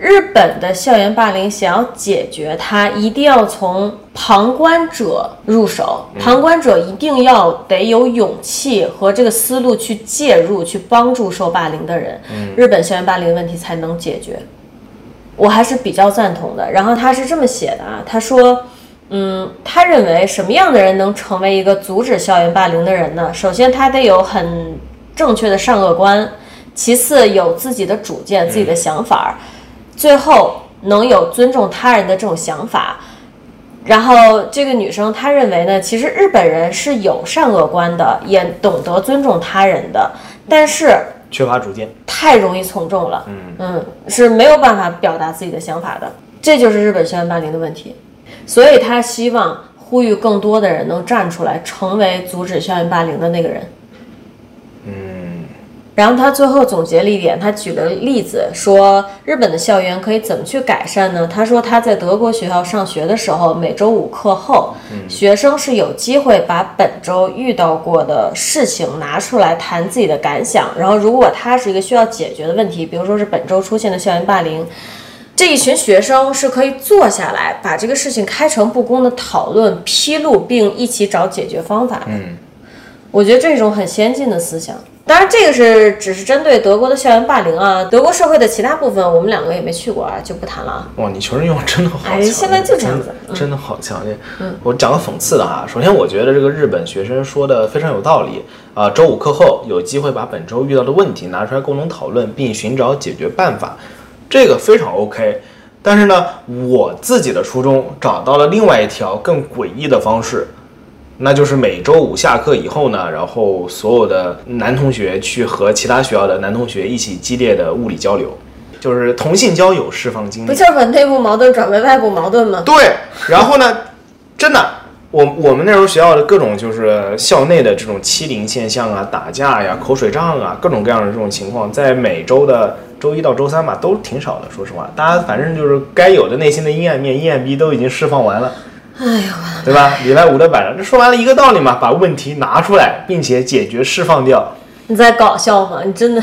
日本的校园霸凌想要解决它，一定要从旁观者入手，旁观者一定要得有勇气和这个思路去介入，去帮助受霸凌的人，日本校园霸凌问题才能解决。我还是比较赞同的。然后他是这么写的啊，他说。嗯，他认为什么样的人能成为一个阻止校园霸凌的人呢？首先，他得有很正确的善恶观，其次有自己的主见、自己的想法，最后能有尊重他人的这种想法。然后这个女生她认为呢，其实日本人是有善恶观的，也懂得尊重他人的，但是缺乏主见，太容易从众了，嗯是没有办法表达自己的想法的，这就是日本校园霸凌的问题，所以他希望呼吁更多的人能站出来，成为阻止校园霸凌的那个人。然后他最后总结了一点，他举了例子说，日本的校园可以怎么去改善呢？他说他在德国学校上学的时候，每周五课后，学生是有机会把本周遇到过的事情拿出来谈自己的感想。然后，如果他是一个需要解决的问题，比如说是本周出现的校园霸凌，这一群学生是可以坐下来把这个事情开诚布公的讨论、披露，并一起找解决方法。嗯，我觉得这是一种很先进的思想。当然，这个是只是针对德国的校园霸凌啊，德国社会的其他部分我们两个也没去过啊，就不谈了啊。哇，你求生欲望真的好强哎烈！现在就这样子嗯真的真的好强烈。我讲个讽刺的哈，首先我觉得这个日本学生说的非常有道理啊、周五课后有机会把本周遇到的问题拿出来共同讨论，并寻找解决办法，这个非常 OK。但是呢，我自己的初衷找到了另外一条更诡异的方式，那就是每周五下课以后呢，然后所有的男同学去和其他学校的男同学一起激烈的物理交流，就是同性交友释放精力。不就是把内部矛盾转为外部矛盾吗？对，然后呢，真的，我我们那时候学校的各种就是校内的这种欺凌现象啊、打架呀、口水仗啊，各种各样的这种情况，在每周的周一到周三吧，都挺少的。说实话，大家反正就是该有的内心的阴暗面、阴暗逼都已经释放完了。哎呦，对吧？礼拜五的晚上，这说完了一个道理嘛，把问题拿出来，并且解决、释放掉。你在搞笑吗？你真的，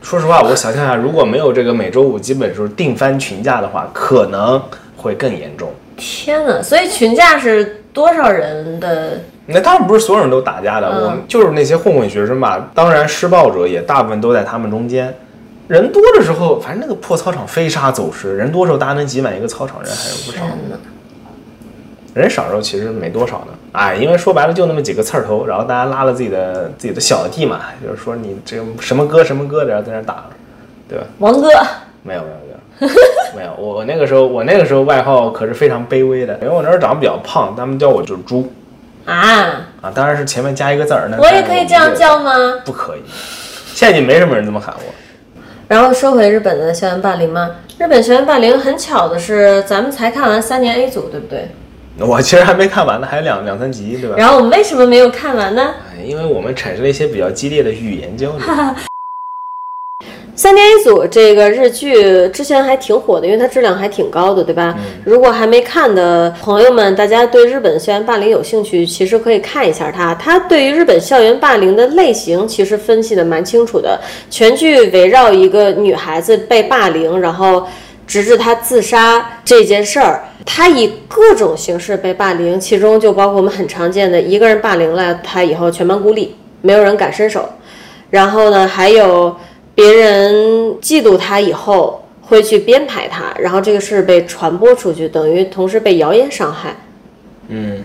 说实话，我想象下，如果没有这个每周五基本就是定番群架的话，可能会更严重。天哪！所以群架是多少人的？那当然不是所有人都打架的，嗯我们就是那些混混学生吧。当然，施暴者也大部分都在他们中间。人多的时候，反正那个破操场飞沙走石；人多的时候，大家能挤满一个操场，人还是不少天。哪！人少的时候其实没多少呢。哎，因为说白了就那么几个刺儿头，然后大家拉了自己的自己的小弟嘛，就是说你这个什么哥什么哥的，然后在那打，对吧？王哥，啊没有没有没 有没有，我我那个时候我那个时候外号可是非常卑微的，因为我那时候长得比较胖，他们叫我就是猪啊，啊，当然是前面加一个字儿。那我也可以这样叫。叫吗？不可以。现在已经没什么人这么喊我。然后说回日本的校园霸凌吗？日本校园霸凌很巧的是，咱们才看完三年 A 组，对不对？我其实还没看完呢，还有两两三集，对吧？然后我们为什么没有看完呢？哎因为我们产生了一些比较激烈的语言交流。 三年一组这个日剧之前还挺火的，因为它质量还挺高的，对吧？如果还没看的朋友们，大家对日本校园霸凌有兴趣，其实可以看一下它。它对于日本校园霸凌的类型其实分析的蛮清楚的，全剧围绕一个女孩子被霸凌，然后直至她自杀这件事儿。她以各种形式被霸凌，其中就包括我们很常见的一个人霸凌了她以后全班孤立，没有人敢伸手。然后呢，还有别人嫉妒他以后会去编排他，然后这个事儿被传播出去，等于同时被谣言伤害，嗯，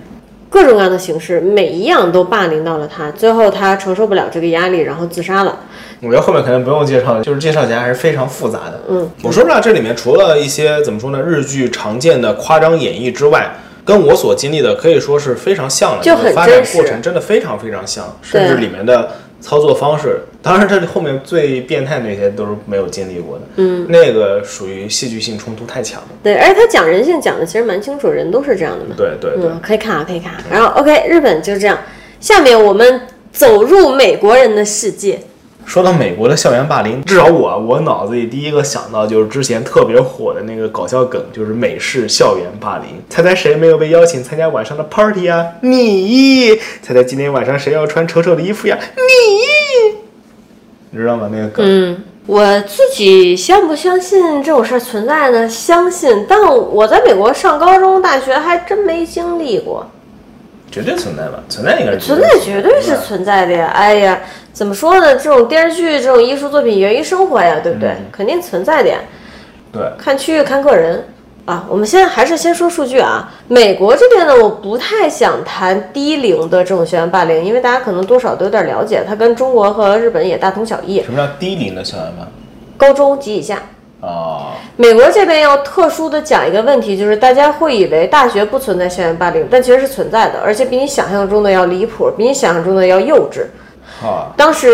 各种各样的形式，每一样都霸凌到了他，最后他承受不了这个压力，然后自杀了。我觉得后面可能不用介绍了，就是介绍起来还是非常复杂的。嗯，我说不了，这里面除了一些怎么说呢，日剧常见的夸张演绎之外，跟我所经历的可以说是非常像的，就很是发展真实过程真的非常非常像，甚至里面的操作方式。当然，这 里后面最变态那些都是没有经历过的。嗯，那个属于戏剧性冲突太强了。对，而且他讲人性讲的其实蛮清楚，人都是这样的嘛。对对对。嗯，可以看啊，可以看啊。然后 OK，日本就这样。下面我们走入美国人的世界。说到美国的校园霸凌，至少我我脑子里第一个想到就是之前特别火的那个搞笑梗，就是美式校园霸凌。猜猜谁没有被邀请参加晚上的 party 啊？你！猜猜今天晚上谁要穿丑丑的衣服呀？你！你知道吗？那个梗，嗯，我自己相不相信这种事儿存在呢？相信，但我在美国上高中、大学还真没经历过，绝对存在吧？存在应该是存在绝对是吧存在的呀！哎呀，怎么说呢？这种电视剧、这种艺术作品源于生活呀，对不对？肯定存在的呀，对。看区域、看个人。啊，我们现在还是先说数据啊。美国这边呢，我不太想谈低龄的这种校园霸凌，因为大家可能多少都有点了解，它跟中国和日本也大同小异，什么叫低龄的校园霸凌？高中及以下。哦，美国这边要特殊的讲一个问题，就是大家会以为大学不存在校园霸凌，但其实是存在的，而且比你想象中的要离谱，比你想象中的要幼稚。好，当时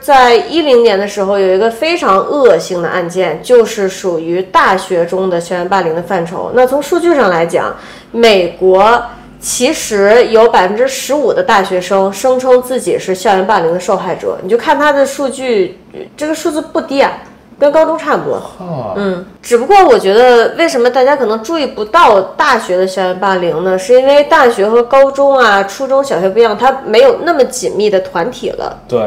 在一零年的时候，有一个非常恶性的案件，就是属于大学中的校园霸凌的范畴。那从数据上来讲，美国其实有百分之十五的大学生声称自己是校园霸凌的受害者。你就看他的数据，呃这个数字不低啊，跟高中差不多。哦，嗯，只不过我觉得，为什么大家可能注意不到大学的校园霸凌呢？是因为大学和高中啊、初中小学不一样，它没有那么紧密的团体了，对，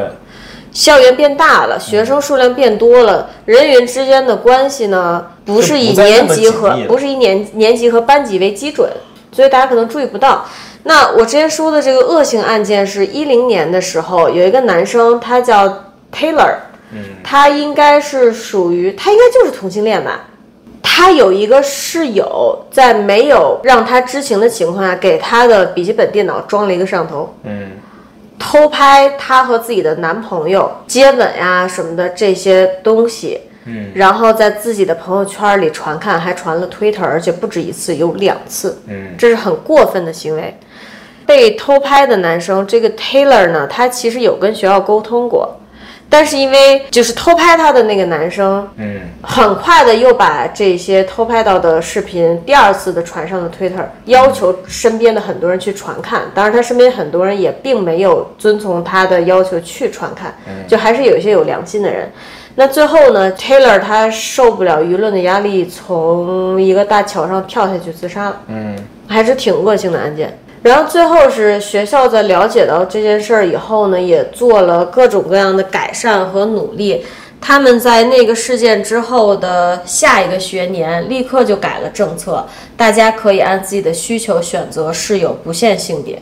校园变大了，学生数量变多了，人与人之间的关系呢，不是以就不再那年么级和紧密了不是以年年级和班级为基准，所以大家可能注意不到。那我之前说的这个恶性案件是一零年的时候，有一个男生，他叫 Taylor，嗯，他应该是属于，他应该就是同性恋吧。他有一个室友，在没有让他知情的情况下，给他的笔记本电脑装了一个摄像头，嗯，偷拍他和自己的男朋友接吻呀、什么的这些东西，嗯，然后在自己的朋友圈里传看，还传了 Twitter，而且不止一次，有两次，嗯，这是很过分的行为。被偷拍的男生，这个 Taylor 呢，他其实有跟学校沟通过，但是因为就是偷拍他的那个男生，嗯，很快的又把这些偷拍到的视频第二次的传上了 Twitter，要求身边的很多人去传看。当然，他身边很多人也并没有遵从他的要求去传看，就还是有一些有良心的人。那最后呢，Taylor 他受不了舆论的压力，从一个大桥上跳下去自杀了。嗯，还是挺恶性的案件。然后最后是学校在了解到这件事儿以后呢，也做了各种各样的改善和努力。他们在那个事件之后的下一个学年，立刻就改了政策，大家可以按自己的需求选择室友，不限性别。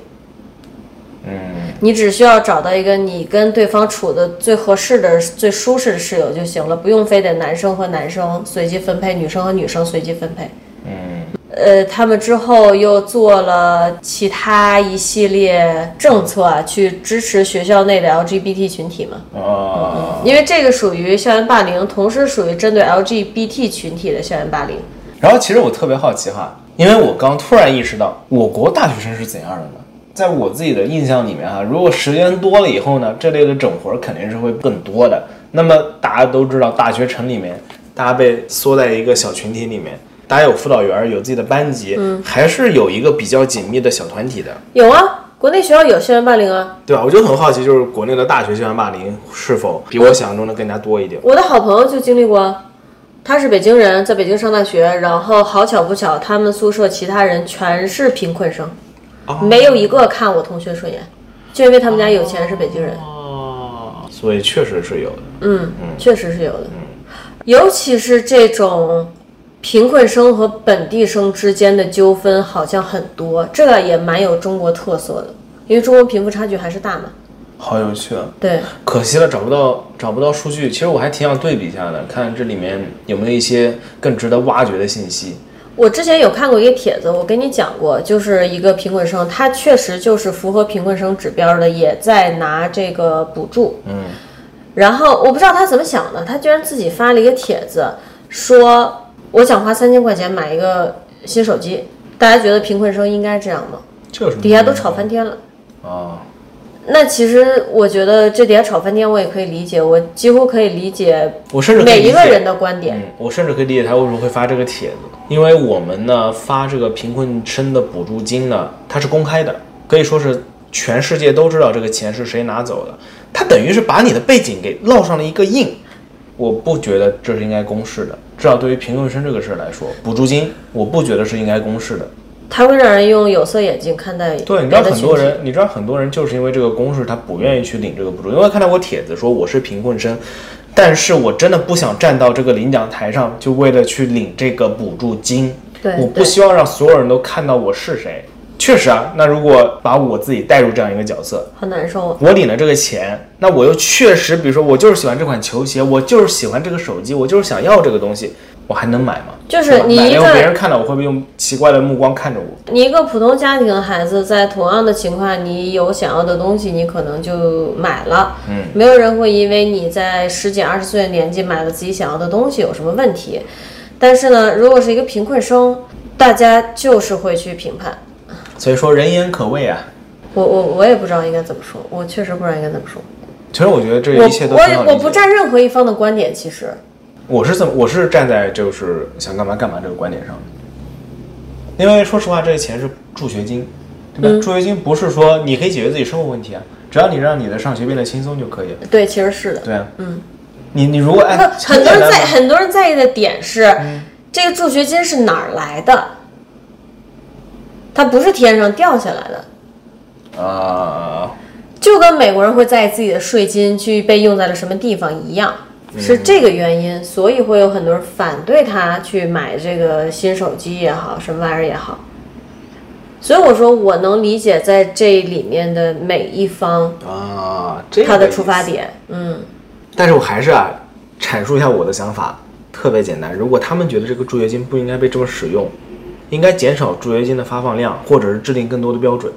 你只需要找到一个你跟对方处的最合适的、最舒适的室友就行了，不用非得男生和男生随机分配，女生和女生随机分配。嗯，呃，他们之后又做了其他一系列政策啊，去支持学校内的 LGBT 群体嘛。啊，因为这个属于校园霸凌，同时属于针对 LGBT 群体的校园霸凌。然后其实我特别好奇哈，因为我刚突然意识到，我国大学生是怎样的呢？在我自己的印象里面哈，如果时间多了以后呢，这类的整活儿肯定是会更多的。那么大家都知道，大学城里面，大家被缩在一个小群体里面，大家有辅导员儿，有自己的班级，还是有一个比较紧密的小团体的，有啊，国内学校有校园霸凌啊。对吧？我就很好奇，就是国内的大学校园霸凌是否比我想象中的更加多一点？我的好朋友就经历过啊，他是北京人，在北京上大学，然后好巧不巧，他们宿舍其他人全是贫困生，哦没有一个看我同学顺眼，就因为他们家有钱是北京人。哦，所以确实是有的。嗯，确实是有的，尤其是这种贫困生和本地生之间的纠纷好像很多，这个也蛮有中国特色的，因为中国贫富差距还是大嘛。好有趣啊！对，可惜了，找不到找不到数据。其实我还挺想对比一下的，看这里面有没有一些更值得挖掘的信息。我之前有看过一个帖子，我跟你讲过，就是一个贫困生，他确实就是符合贫困生指标的，也在拿这个补助。嗯，然后我不知道他怎么想的，他居然自己发了一个帖子，说我想花三千块钱买一个新手机。大家觉得贫困生应该这样吗？这有什么？底下都吵翻天了。啊！那其实我觉得这底下吵翻天，我也可以理解，我几乎可以理解我甚至可以每一理个解人的观点。嗯，我甚至可以理解他为什么会发这个帖子，因为我们呢发这个贫困生的补助金呢，它是公开的，可以说是全世界都知道这个钱是谁拿走的，它等于是把你的背景给烙上了一个印。我不觉得这是应该公示的，至少对于贫困生这个事儿来说，补助金我不觉得是应该公示的。他会让人用有色眼镜看待对，你知别道的很群多体人，你知道很多人就是因为这个公式，他不愿意去领这个补助。因为看到过帖子说我是贫困生，但是我真的不想站到这个领奖台上，就为了去领这个补助金。对我不对希望让所有人都看到我是谁。确实啊，那如果把我自己带入这样一个角色，好难受啊。我领了这个钱，那我又确实，比如说我就是喜欢这款球鞋，我就是喜欢这个手机，我就是想要这个东西，我还能买吗？就是吧你买了一以后个别人看到我会不会用奇怪的目光看着我？你一个普通家庭的孩子，在同样的情况下，你有想要的东西，你可能就买了。嗯，没有人会因为你在十几二十岁的年纪买了自己想要的东西有什么问题。但是呢，如果是一个贫困生，大家就是会去评判。所以说人言可畏啊。我我我也不知道应该怎么说，我确实不知道应该怎么说。其实我觉得这我一切都挺好理我解我不站任何一方的观点，其实我是怎么我是站在就是想干嘛干嘛这个观点上的，因为说实话，这些钱是助学金，对吧？助学金不是说你可以解决自己生活问题啊，只要你让你的上学变得轻松就可以了。对，其实是的。对啊，嗯，你你如果按很多简人单在嘛很多人在意的点是，嗯这个助学金是哪儿来的？它不是天上掉下来的，啊、就跟美国人会在意自己的税金去被用在了什么地方一样，嗯是这个原因，所以会有很多人反对他去买这个新手机也好，什么玩意儿也好。所以我说，我能理解在这里面的每一方啊，这个他的意思出发。点，嗯，但是我还是啊，阐述一下我的想法，特别简单。如果他们觉得这个助学金不应该被这么使用，应该减少助学金的发放量，或者是制定更多的标准。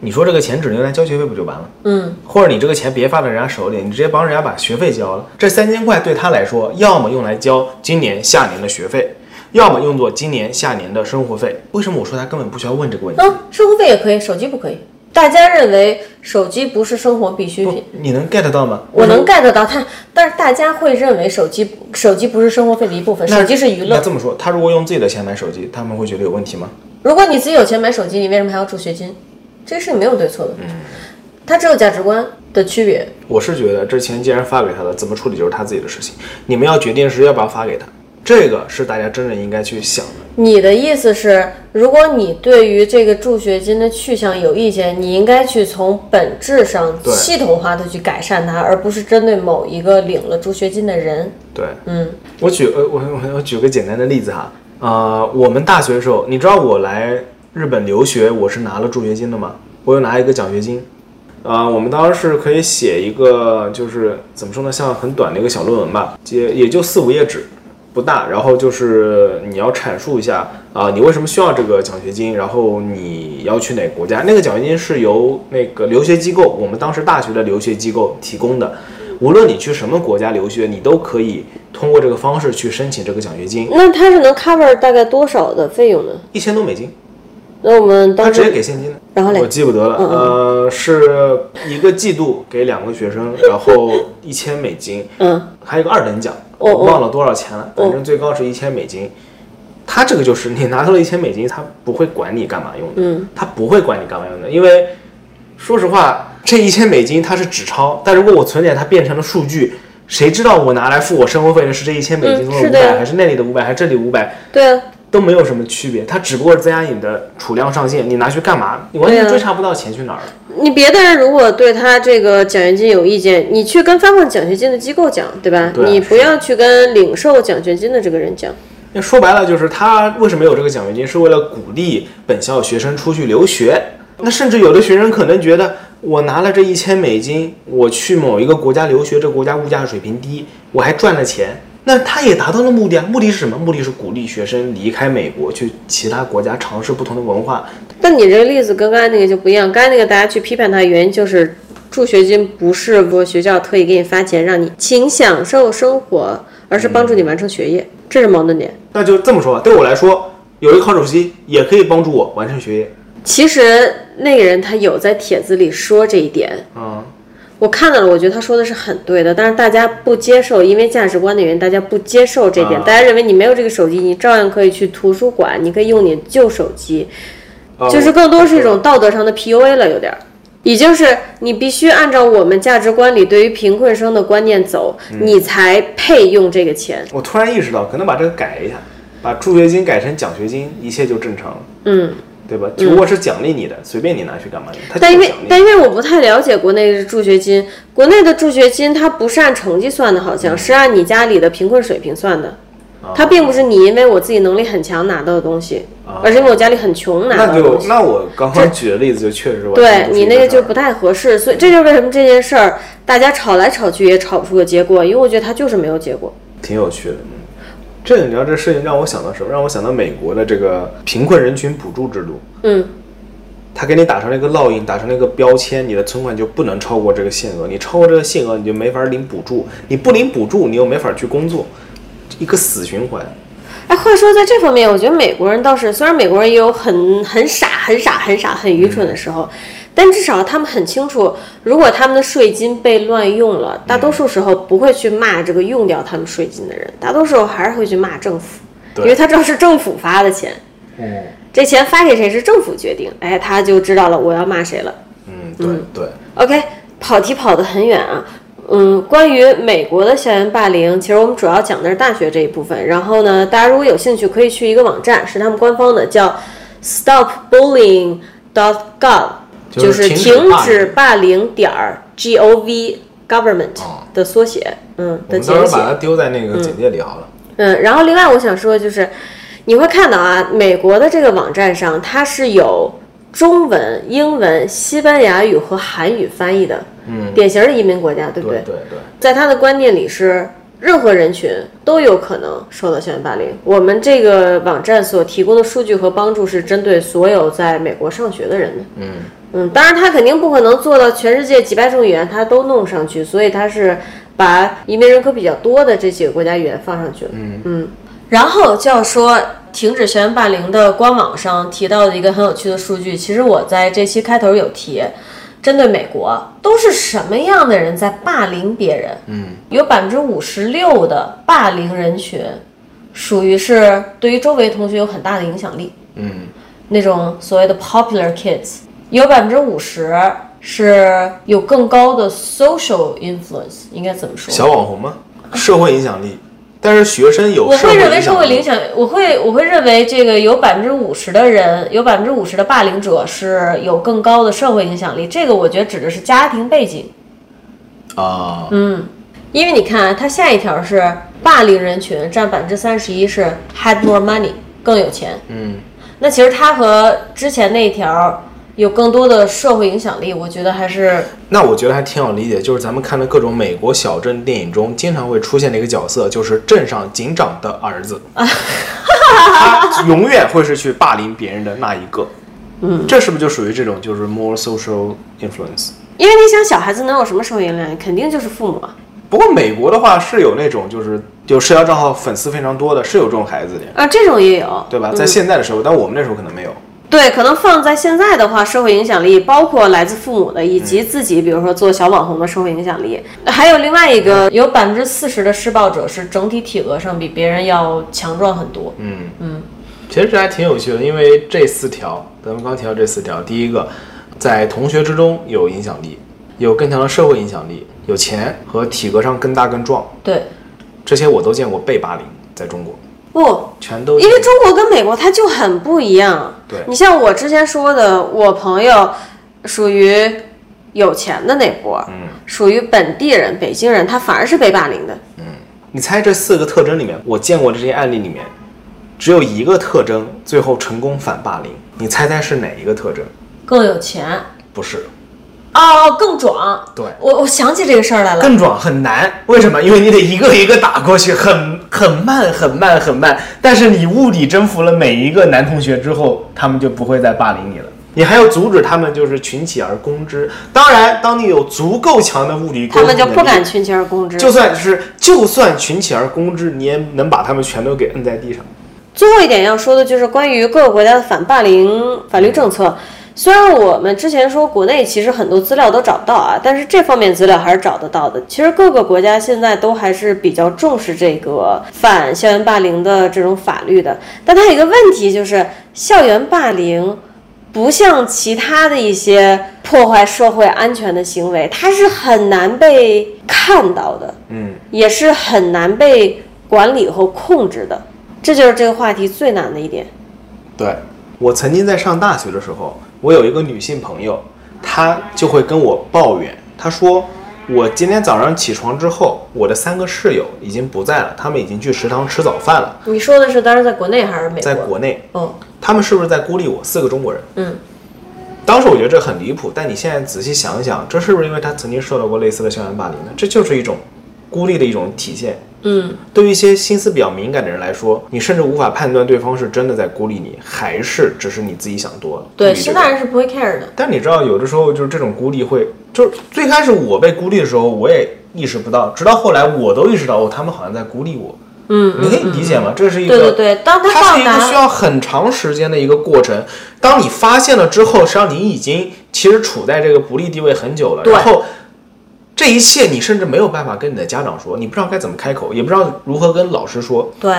你说这个钱只能用来交学费不就完了？嗯，或者你这个钱别发到人家手里，你直接帮人家把学费交了。这三千块对他来说，要么用来交今年下年的学费，要么用作今年下年的生活费。为什么我说他根本不需要问这个问题？嗯嗯，生活费也可以，手机不可以，大家认为手机不是生活必需不品，，你能 get 到吗？我能 get 到他，但是大家会认为手机手机不是生活费的一部分，那手机是娱那乐。这么说，他如果用自己的钱买手机，他们会觉得有问题吗？如果你自己有钱买手机，你为什么还要助学金？这是没有对错的，嗯它只有价值观的区别。我是觉得这钱既然发给他了，怎么处理就是他自己的事情。你们要决定是要不要发给他，这个是大家真正应该去想的。你的意思是，如果你对于这个助学金的去向有意见，你应该去从本质上对系统化的去改善它，而不是针对某一个领了助学金的人。对，嗯，我举呃我我我举个简单的例子哈，呃，我们大学的时候，你知道我来日本留学，我是拿了助学金的吗？我有拿一个奖学金。啊、我们当时是可以写一个，就是怎么说呢，像很短的一个小论文吧，也也就四五页纸，不大。然后就是你要阐述一下啊、你为什么需要这个奖学金，然后你要去哪个国家。那个奖学金是由那个留学机构，我们当时大学的留学机构提供的。无论你去什么国家留学，你都可以通过这个方式去申请这个奖学金，那它是能 cover 大概多少的费用呢？一千多美金，那我们他当直接时给现金的。然后嘞嗯我记不得了，呃，是一个季度给两个学生，然后一千美金，嗯，还有个二等奖，哦我哦忘了多少钱了，反正最高是一千美金。他这个就是你拿到了一千美金，他不会管你干嘛用的，嗯，他不会管你干嘛用的，因为说实话，这一千美金它是纸钞，但如果我存点，它变成了数据，谁知道我拿来付我生活费的是这一千美金中嗯的是五的百、呀还是那里的五百，还是这里五百，对啊，都没有什么区别，它只不过是增加你的储量上限，你拿去干嘛？你完全对啊追查不到钱去哪儿了。你别的人如果对他这个奖学金有意见，你去跟发放奖学金的机构讲，对吧？对啊你不要去跟领受奖学金的这个人讲。那说白了就是他为什么有这个奖学金，是为了鼓励本校学生出去留学。那甚至有的学生可能觉得，我拿了这一千美金，我去某一个国家留学，这国家物价水平低，我还赚了钱，那他也达到了目的啊。目的是什么？目的是鼓励学生离开美国，去其他国家尝试不同的文化。但你这个例子跟刚才那个就不一样，刚才那个大家去批判它的原因就是助学金不是说学校特意给你发钱让你请享受生活，而是帮助你完成学业，这是矛盾点。那就这么说吧，对我来说，有一个好手机也可以帮助我完成学业。其实那个人他有在帖子里说这一点，嗯，我看到了，我觉得他说的是很对的，但是大家不接受，因为价值观的原因，大家不接受这点。啊大家认为你没有这个手机，你照样可以去图书馆，你可以用你旧手机，啊就是更多是一种道德上的 PUA 了，有点儿。也就是你必须按照我们价值观里对于贫困生的观念走，嗯你才配用这个钱。我突然意识到，可能把这个改一下，把助学金改成奖学金，一切就正常了。嗯，对吧？如果是奖励你的，随便你拿去干嘛用，他但因就为奖励但因为我不太了解国内的助学金，国内的助学金它不是按成绩算的，好嗯像是按你家里的贫困水平算的。哦它并不是你因为我自己能力很强拿到的东西，而是因为我家里很穷拿到那的东就西。哦那我刚刚举的例子就确实完全对不是你一那个事儿就不太合适，所以这就是为什么这件事儿大家吵来吵去也吵不出个结果，因为我觉得它就是没有结果。挺有趣的。嗯，这你知道这事情让我想到什么？让我想到美国的这个贫困人群补助制度，嗯，他给你打上了一个烙印，打上了一个标签，你的存款就不能超过这个限额，你超过这个限额你就没法领补助，你不领补助你又没法去工作，一个死循环。哎，话说在这方面，我觉得美国人倒是，虽然美国人也有很很傻、很傻、很傻、很愚蠢的时候，但至少他们很清楚，如果他们的税金被乱用了，大多数时候不会去骂这个用掉他们税金的人，大多数时候还是会去骂政府，因对为他知道是政府发的钱，嗯这钱发给谁是政府决定，哎，他就知道了我要骂谁了。嗯，对对， OK，跑题跑得很远啊。嗯，关于美国的校园霸凌，其实我们主要讲的是大学这一部分。然后呢，大家如果有兴趣，可以去一个网站，是他们官方的，叫 stopbullying.gov，就是是停停止止霸凌点儿 gov government 哦的缩写，嗯我的们到时简候写。把它丢在那个简介里好了。嗯，然后另外我想说的就是，你会看到啊，美国的这个网站上它是有中文、英文、西班牙语和韩语翻译的，嗯，典型的移民国家，对不对对对。在他的观念里是，任何人群都有可能受到校园霸凌。我们这个网站所提供的数据和帮助是针对所有在美国上学的人的。嗯当然他肯定不可能做到全世界几百种语言他都弄上去，所以他是把移民人口比较多的这几个国家语言放上去了。嗯然后就要说停止校园霸凌的官网上提到的一个很有趣的数据，其实我在这期开头有提，针对美国都是什么样的人在霸凌别人？嗯，有百分之五十六的霸凌人群，属于是对于周围同学有很大的影响力。嗯，那种所谓的 popular kids，有百分之五十是有更高的 social influence，应该怎么说？小网红吗？社会影响力，但是学生有我社会会认为影社会响影力。响，我会我会认为这个有百分之五十的人，有百分之五十的霸凌者是有更高的社会影响力。这个我觉得指的是家庭背景，啊，嗯因为你看啊它下一条是霸凌人群占百分之三十一是 had more money 更有钱，嗯，那其实它和之前那一条有更多的社会影响力，我觉得还是那我觉得还挺好理解，就是咱们看的各种美国小镇电影中，经常会出现的一个角色，就是镇上警长的儿 子，他永远会是去霸凌别人的那一个。嗯，这是不是就属于这种就是 more social influence？因为你想小孩子能有什么社会影响力，肯定就是父母啊。不过美国的话是有那种就是有社交账号粉丝非常多的，是有这种孩子的，啊，这种也有，对吧？在现在的时候，但我们那时候可能没有。对，可能放在现在的话，社会影响力包括来自父母的，以嗯及自己，比如说做小网红的社会影响力。还有另外一个，嗯有百分之四十的施暴者是整体体格上比别人要强壮很多。嗯，嗯，其实这还挺有趣的，因为这四条，咱们刚提到这四条，第一个，在同学之中有影响力，有更强的社会影响力，有钱和体格上更大更壮，对，这些我都见过被霸凌，在中国不、全都因为中国跟美国它就很不一样。对你像我之前说的，我朋友属于有钱的那波，嗯，属于本地人、北京人，他反而是被霸凌的。你猜这四个特征里面，我见过的这些案例里面，只有一个特征最后成功反霸凌，你猜猜是哪一个特征？更有钱不是，哦，更壮。对我我想起这个事儿来了。更壮很难，为什么？因为你得一个一个打过去，很很慢，很慢，很慢。但是你物理征服了每一个男同学之后，他们就不会再霸凌你了。你还要阻止他们就是群起而攻之。当然，当你有足够强的物理他攻击能力，们就不敢群起而攻之。就算就是就算群起而攻之，你也能把他们全都给摁在地上。最后一点要说的就是关于各个国家的反霸凌法律政策。虽然我们之前说国内其实很多资料都找不到啊，但是这方面资料还是找得到的。其实各个国家现在都还是比较重视这个反校园霸凌的这种法律的，但它有一个问题就是，校园霸凌不像其他的一些破坏社会安全的行为，它是很难被看到的。嗯，也是很难被管理和控制的。这就是这个话题最难的一点。对，我曾经在上大学的时候，我有一个女性朋友，她就会跟我抱怨，她说我今天早上起床之后，我的三个室友已经不在了，他们已经去食堂吃早饭了，你说的是，当时在国内还是美国？在国内，哦，他们是不是在孤立我四个中国人？嗯，当时我觉得这很离谱，但你现在仔细想一想，这是不是因为她曾经受到过类似的校园霸凌呢？这就是一种孤立的一种体现。嗯，对于一些心思比较敏感的人来说，你甚至无法判断对方是真的在孤立你，还是只是你自己想多了。孤对，立现个人在人是不会 care 的。但你知道，有的时候就是这种孤立会，就是最开始我被孤立的时候，我也意识不到，直到后来我都意识到，哦，他们好像在孤立我。嗯，你可以理解吗？这是一个对对对，当他它到是一个需达，要很长时间的一个过程。当你发现了之后，实际上你已经其实处在这个不利地位很久了，对然后这一切你甚至没有办法跟你的家长说，你不知道该怎么开口，也不知道如何跟老师说。对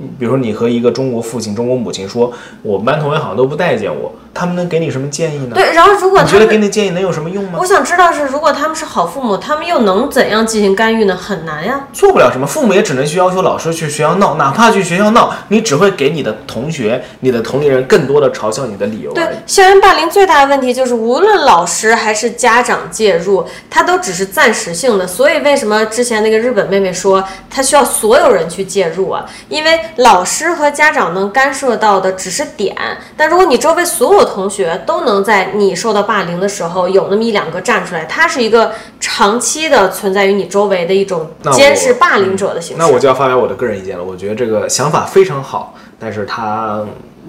嗯比如说你和一个中国父亲、中国母亲说，我们班同学好像都不待见我，他们能给你什么建议呢？对。然后如果你觉他得给你们，的建议能有什么用吗我？想知道是，如果他们是好父母，他们又能怎样进行干预呢？很难呀。做不了什么，父母也只能去要求老师去学校闹，哪怕去学校闹，你只会给你的同学、你的同龄人更多的嘲笑你的理由而对已。，校园霸凌最大的问题就是，无论老师还是家长介入，它都只是暂时性的。所以为什么之前那个日本妹妹说，她需要所有人去介入啊？因为老师和家长能干涉到的只是点，但如果你周围所有同学都能在你受到霸凌的时候有那么一两个站出来，它是一个长期的存在于你周围的一种那我嗯监视霸凌者的形式。那我就要发表我的个人意见了，我觉得这个想法非常好，但是它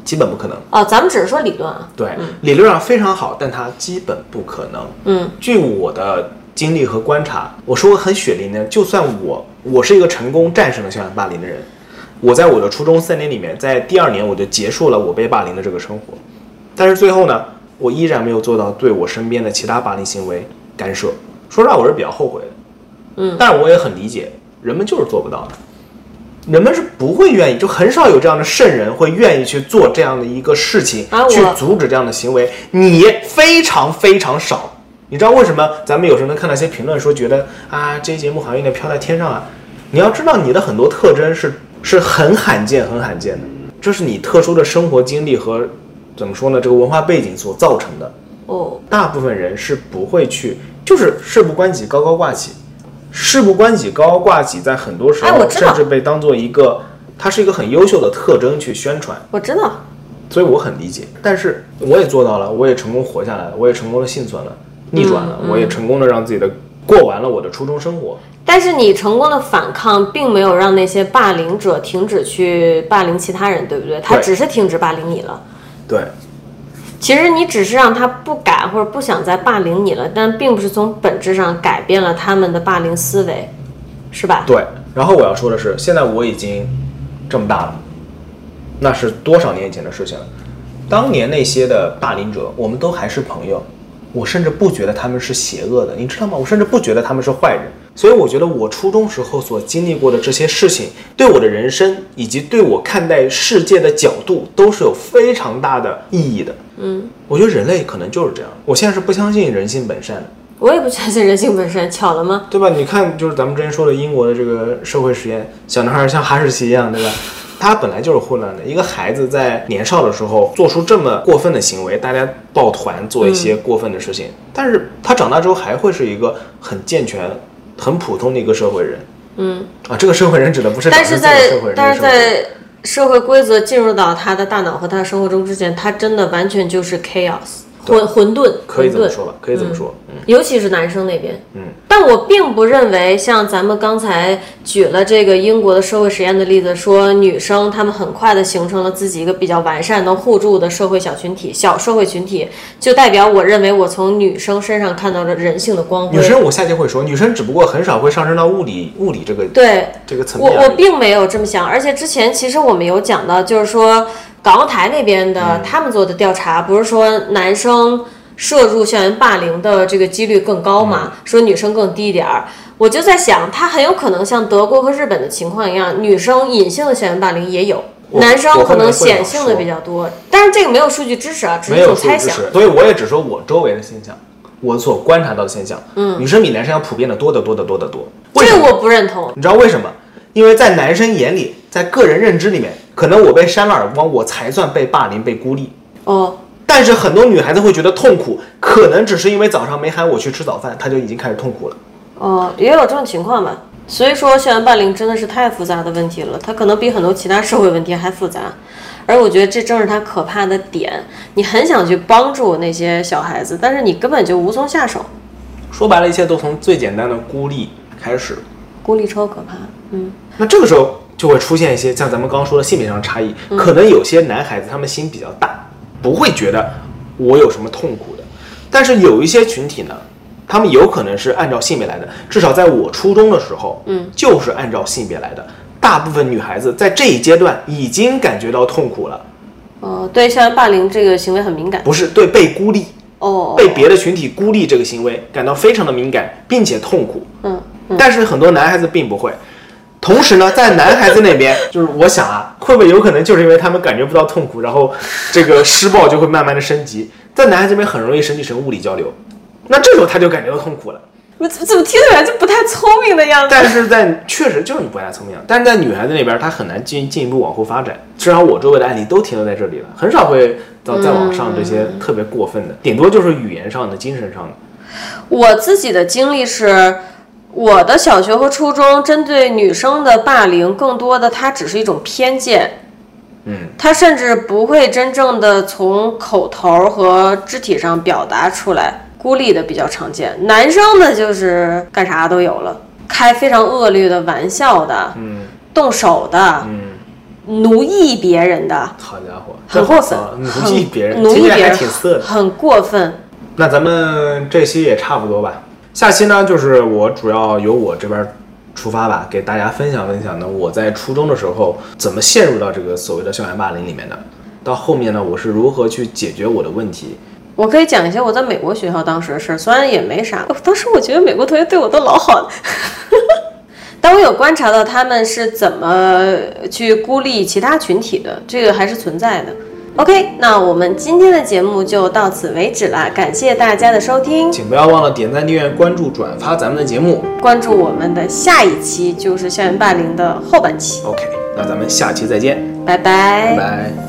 基本不可能。哦，咱们只是说理论啊。对，理论上非常好，但它基本不可能。嗯，据我的经历和观察，我说我很血淋淋，就算我我是一个成功战胜了校园霸凌的人，我在我的初中三年里面，在第二年我就结束了我被霸凌的这个生活，但是最后呢，我依然没有做到对我身边的其他霸凌行为干涉。说实话，我是比较后悔的。嗯，但我也很理解，人们就是做不到的，人们是不会愿意，就很少有这样的圣人会愿意去做这样的一个事情，啊我去阻止这样的行为。你非常非常少，你知道为什么咱们有时候能看到一些评论说觉得啊，这节目好像有点飘在天上啊？你要知道，你的很多特征是是很罕见、很罕见的，这是你特殊的生活经历和怎么说呢，这个文化背景所造成的。哦，大部分人是不会去，就是事不关己高高挂起，事不关己高高挂起，在很多时候、哎我知道甚至被当做一个，它是一个很优秀的特征去宣传，我知道，所以我很理解。但是我也做到了，我也成功活下来了，我也成功的幸存了，逆转嗯了，我也成功的让自己的过完了我的初中生活。但是你成功的反抗，并没有让那些霸凌者停止去霸凌其他人，对不对？他对只是停止霸凌你了。对，其实你只是让他不敢或者不想再霸凌你了，但并不是从本质上改变了他们的霸凌思维，是吧？对，然后我要说的是，现在我已经这么大了，那是多少年以前的事情了？当年那些的霸凌者，我们都还是朋友，我甚至不觉得他们是邪恶的，你知道吗？我甚至不觉得他们是坏人。所以我觉得我初中时候所经历过的这些事情，对我的人生以及对我看待世界的角度，都是有非常大的意义的。嗯，我觉得人类可能就是这样。我现在是不相信人性本善的。我也不相信人性本善，巧了吗？对吧？你看，就是咱们之前说的英国的这个社会实验，小男孩像哈士奇一样，对吧？他本来就是混乱的。一个孩子在年少的时候做出这么过分的行为，大家抱团做一嗯些过分的事情，但是他长大之后还会是一个很健全、很普通的一个社会人。嗯，啊，这个社会人指的不是但长知识是的在社会人，但是这个社会人在社会规则进入到他的大脑和他的生活中之前，他真的完全就是 chaos 混混沌，可以混这么沌，说吧，可以这么说，嗯尤其是男生那边。嗯。但我并不认为像咱们刚才举了这个英国的社会实验的例子，说女生她们很快的形成了自己一个比较完善、能互助的社会小群体、小社会群体，就代表我认为我从女生身上看到了人性的光辉女。生我下期会说，女生只不过很少会上升到物理物理这个对，这个层我面而已。我并没有这么想，而且之前其实我们有讲到，就是说港澳台那边的、嗯他们做的调查，不是说男生涉入校园霸凌的这个几率更高嗯嘛，说女生更低一点儿。我就在想，他很有可能像德国和日本的情况一样，女生隐性的校园霸凌也有，我男生我后可面能会显想性的说比较多。但是这个没有数据支持啊，只是没一有种数猜据支想。持，所以我也只说我周围的现象，我所观察到的现象。嗯，女生比男生要普遍的多得多得多得多。为这什个么？我不认同。你知道为什么？因为在男生眼里，在个人认知里面，可能我被扇了耳光，我才算被霸凌、被孤立。哦，但是很多女孩子会觉得痛苦，可能只是因为早上没喊我去吃早饭，她就已经开始痛苦了。哦，也有这种情况吧。所以说，校园霸凌真的是太复杂的问题了，它可能比很多其他社会问题还复杂。而我觉得这正是它可怕的点，你很想去帮助那些小孩子，但是你根本就无从下手，说白了，一切都从最简单的孤立开始。孤立超可怕。嗯，那这个时候就会出现一些像咱们刚刚说的性别上的差异，可能有些男孩子他们心比较大，不会觉得我有什么痛苦的，但是有一些群体呢，他们有可能是按照性别来的，至少在我初中的时候，嗯，就是按照性别来的。大部分女孩子在这一阶段已经感觉到痛苦了，哦，对校园霸凌这个行为很敏感。不是对被孤立、哦，被别的群体孤立这个行为感到非常的敏感，并且痛苦。嗯，但是很多男孩子并不会。同时呢，在男孩子那 边，就是我想啊，会不会有可能就是因为他们感觉不到痛苦，然后这个施暴就会慢慢的升级，在男孩子这边很容易升级成物理交流，那这时候他就感觉到痛苦了。我怎怎么听起来就不太聪明的样子？但是在确实就是你不太聪明，啊但是在女孩子那边，她很难进进一步往后发展。至少我周围的案例都停留在这里了，很少会嗯到再往上这些特别过分的，顶多就是语言上的、精神上的。我自己的经历是，我的小学和初中针对女生的霸凌，更多的它只是一种偏见。嗯，它甚至不会真正的从口头和肢体上表达出来，孤立的比较常见。男生呢，就是干啥都有了，开非常恶劣的玩笑的，嗯动手的，嗯，奴役别人的，好家伙，很过分啊，奴很役别人，奴听役起来别还人挺色的。很过分。那咱们这期也差不多吧。下期呢，就是我主要由我这边出发吧，给大家分享分享呢，我在初中的时候怎么陷入到这个所谓的校园霸凌里面的，到后面呢，我是如何去解决我的问题。我可以讲一下我在美国学校当时的事儿，虽然也没啥，当时我觉得美国同学对我都老好了， 但我有观察到他们是怎么去孤立其他群体的，这个还是存在的。OK，那我们今天的节目就到此为止啦，感谢大家的收听，请不要忘了点赞、订阅、关注、转发咱们的节目。关注我们的下一期就是校园霸凌的后半期， OK，那咱们下期再见，拜拜拜拜。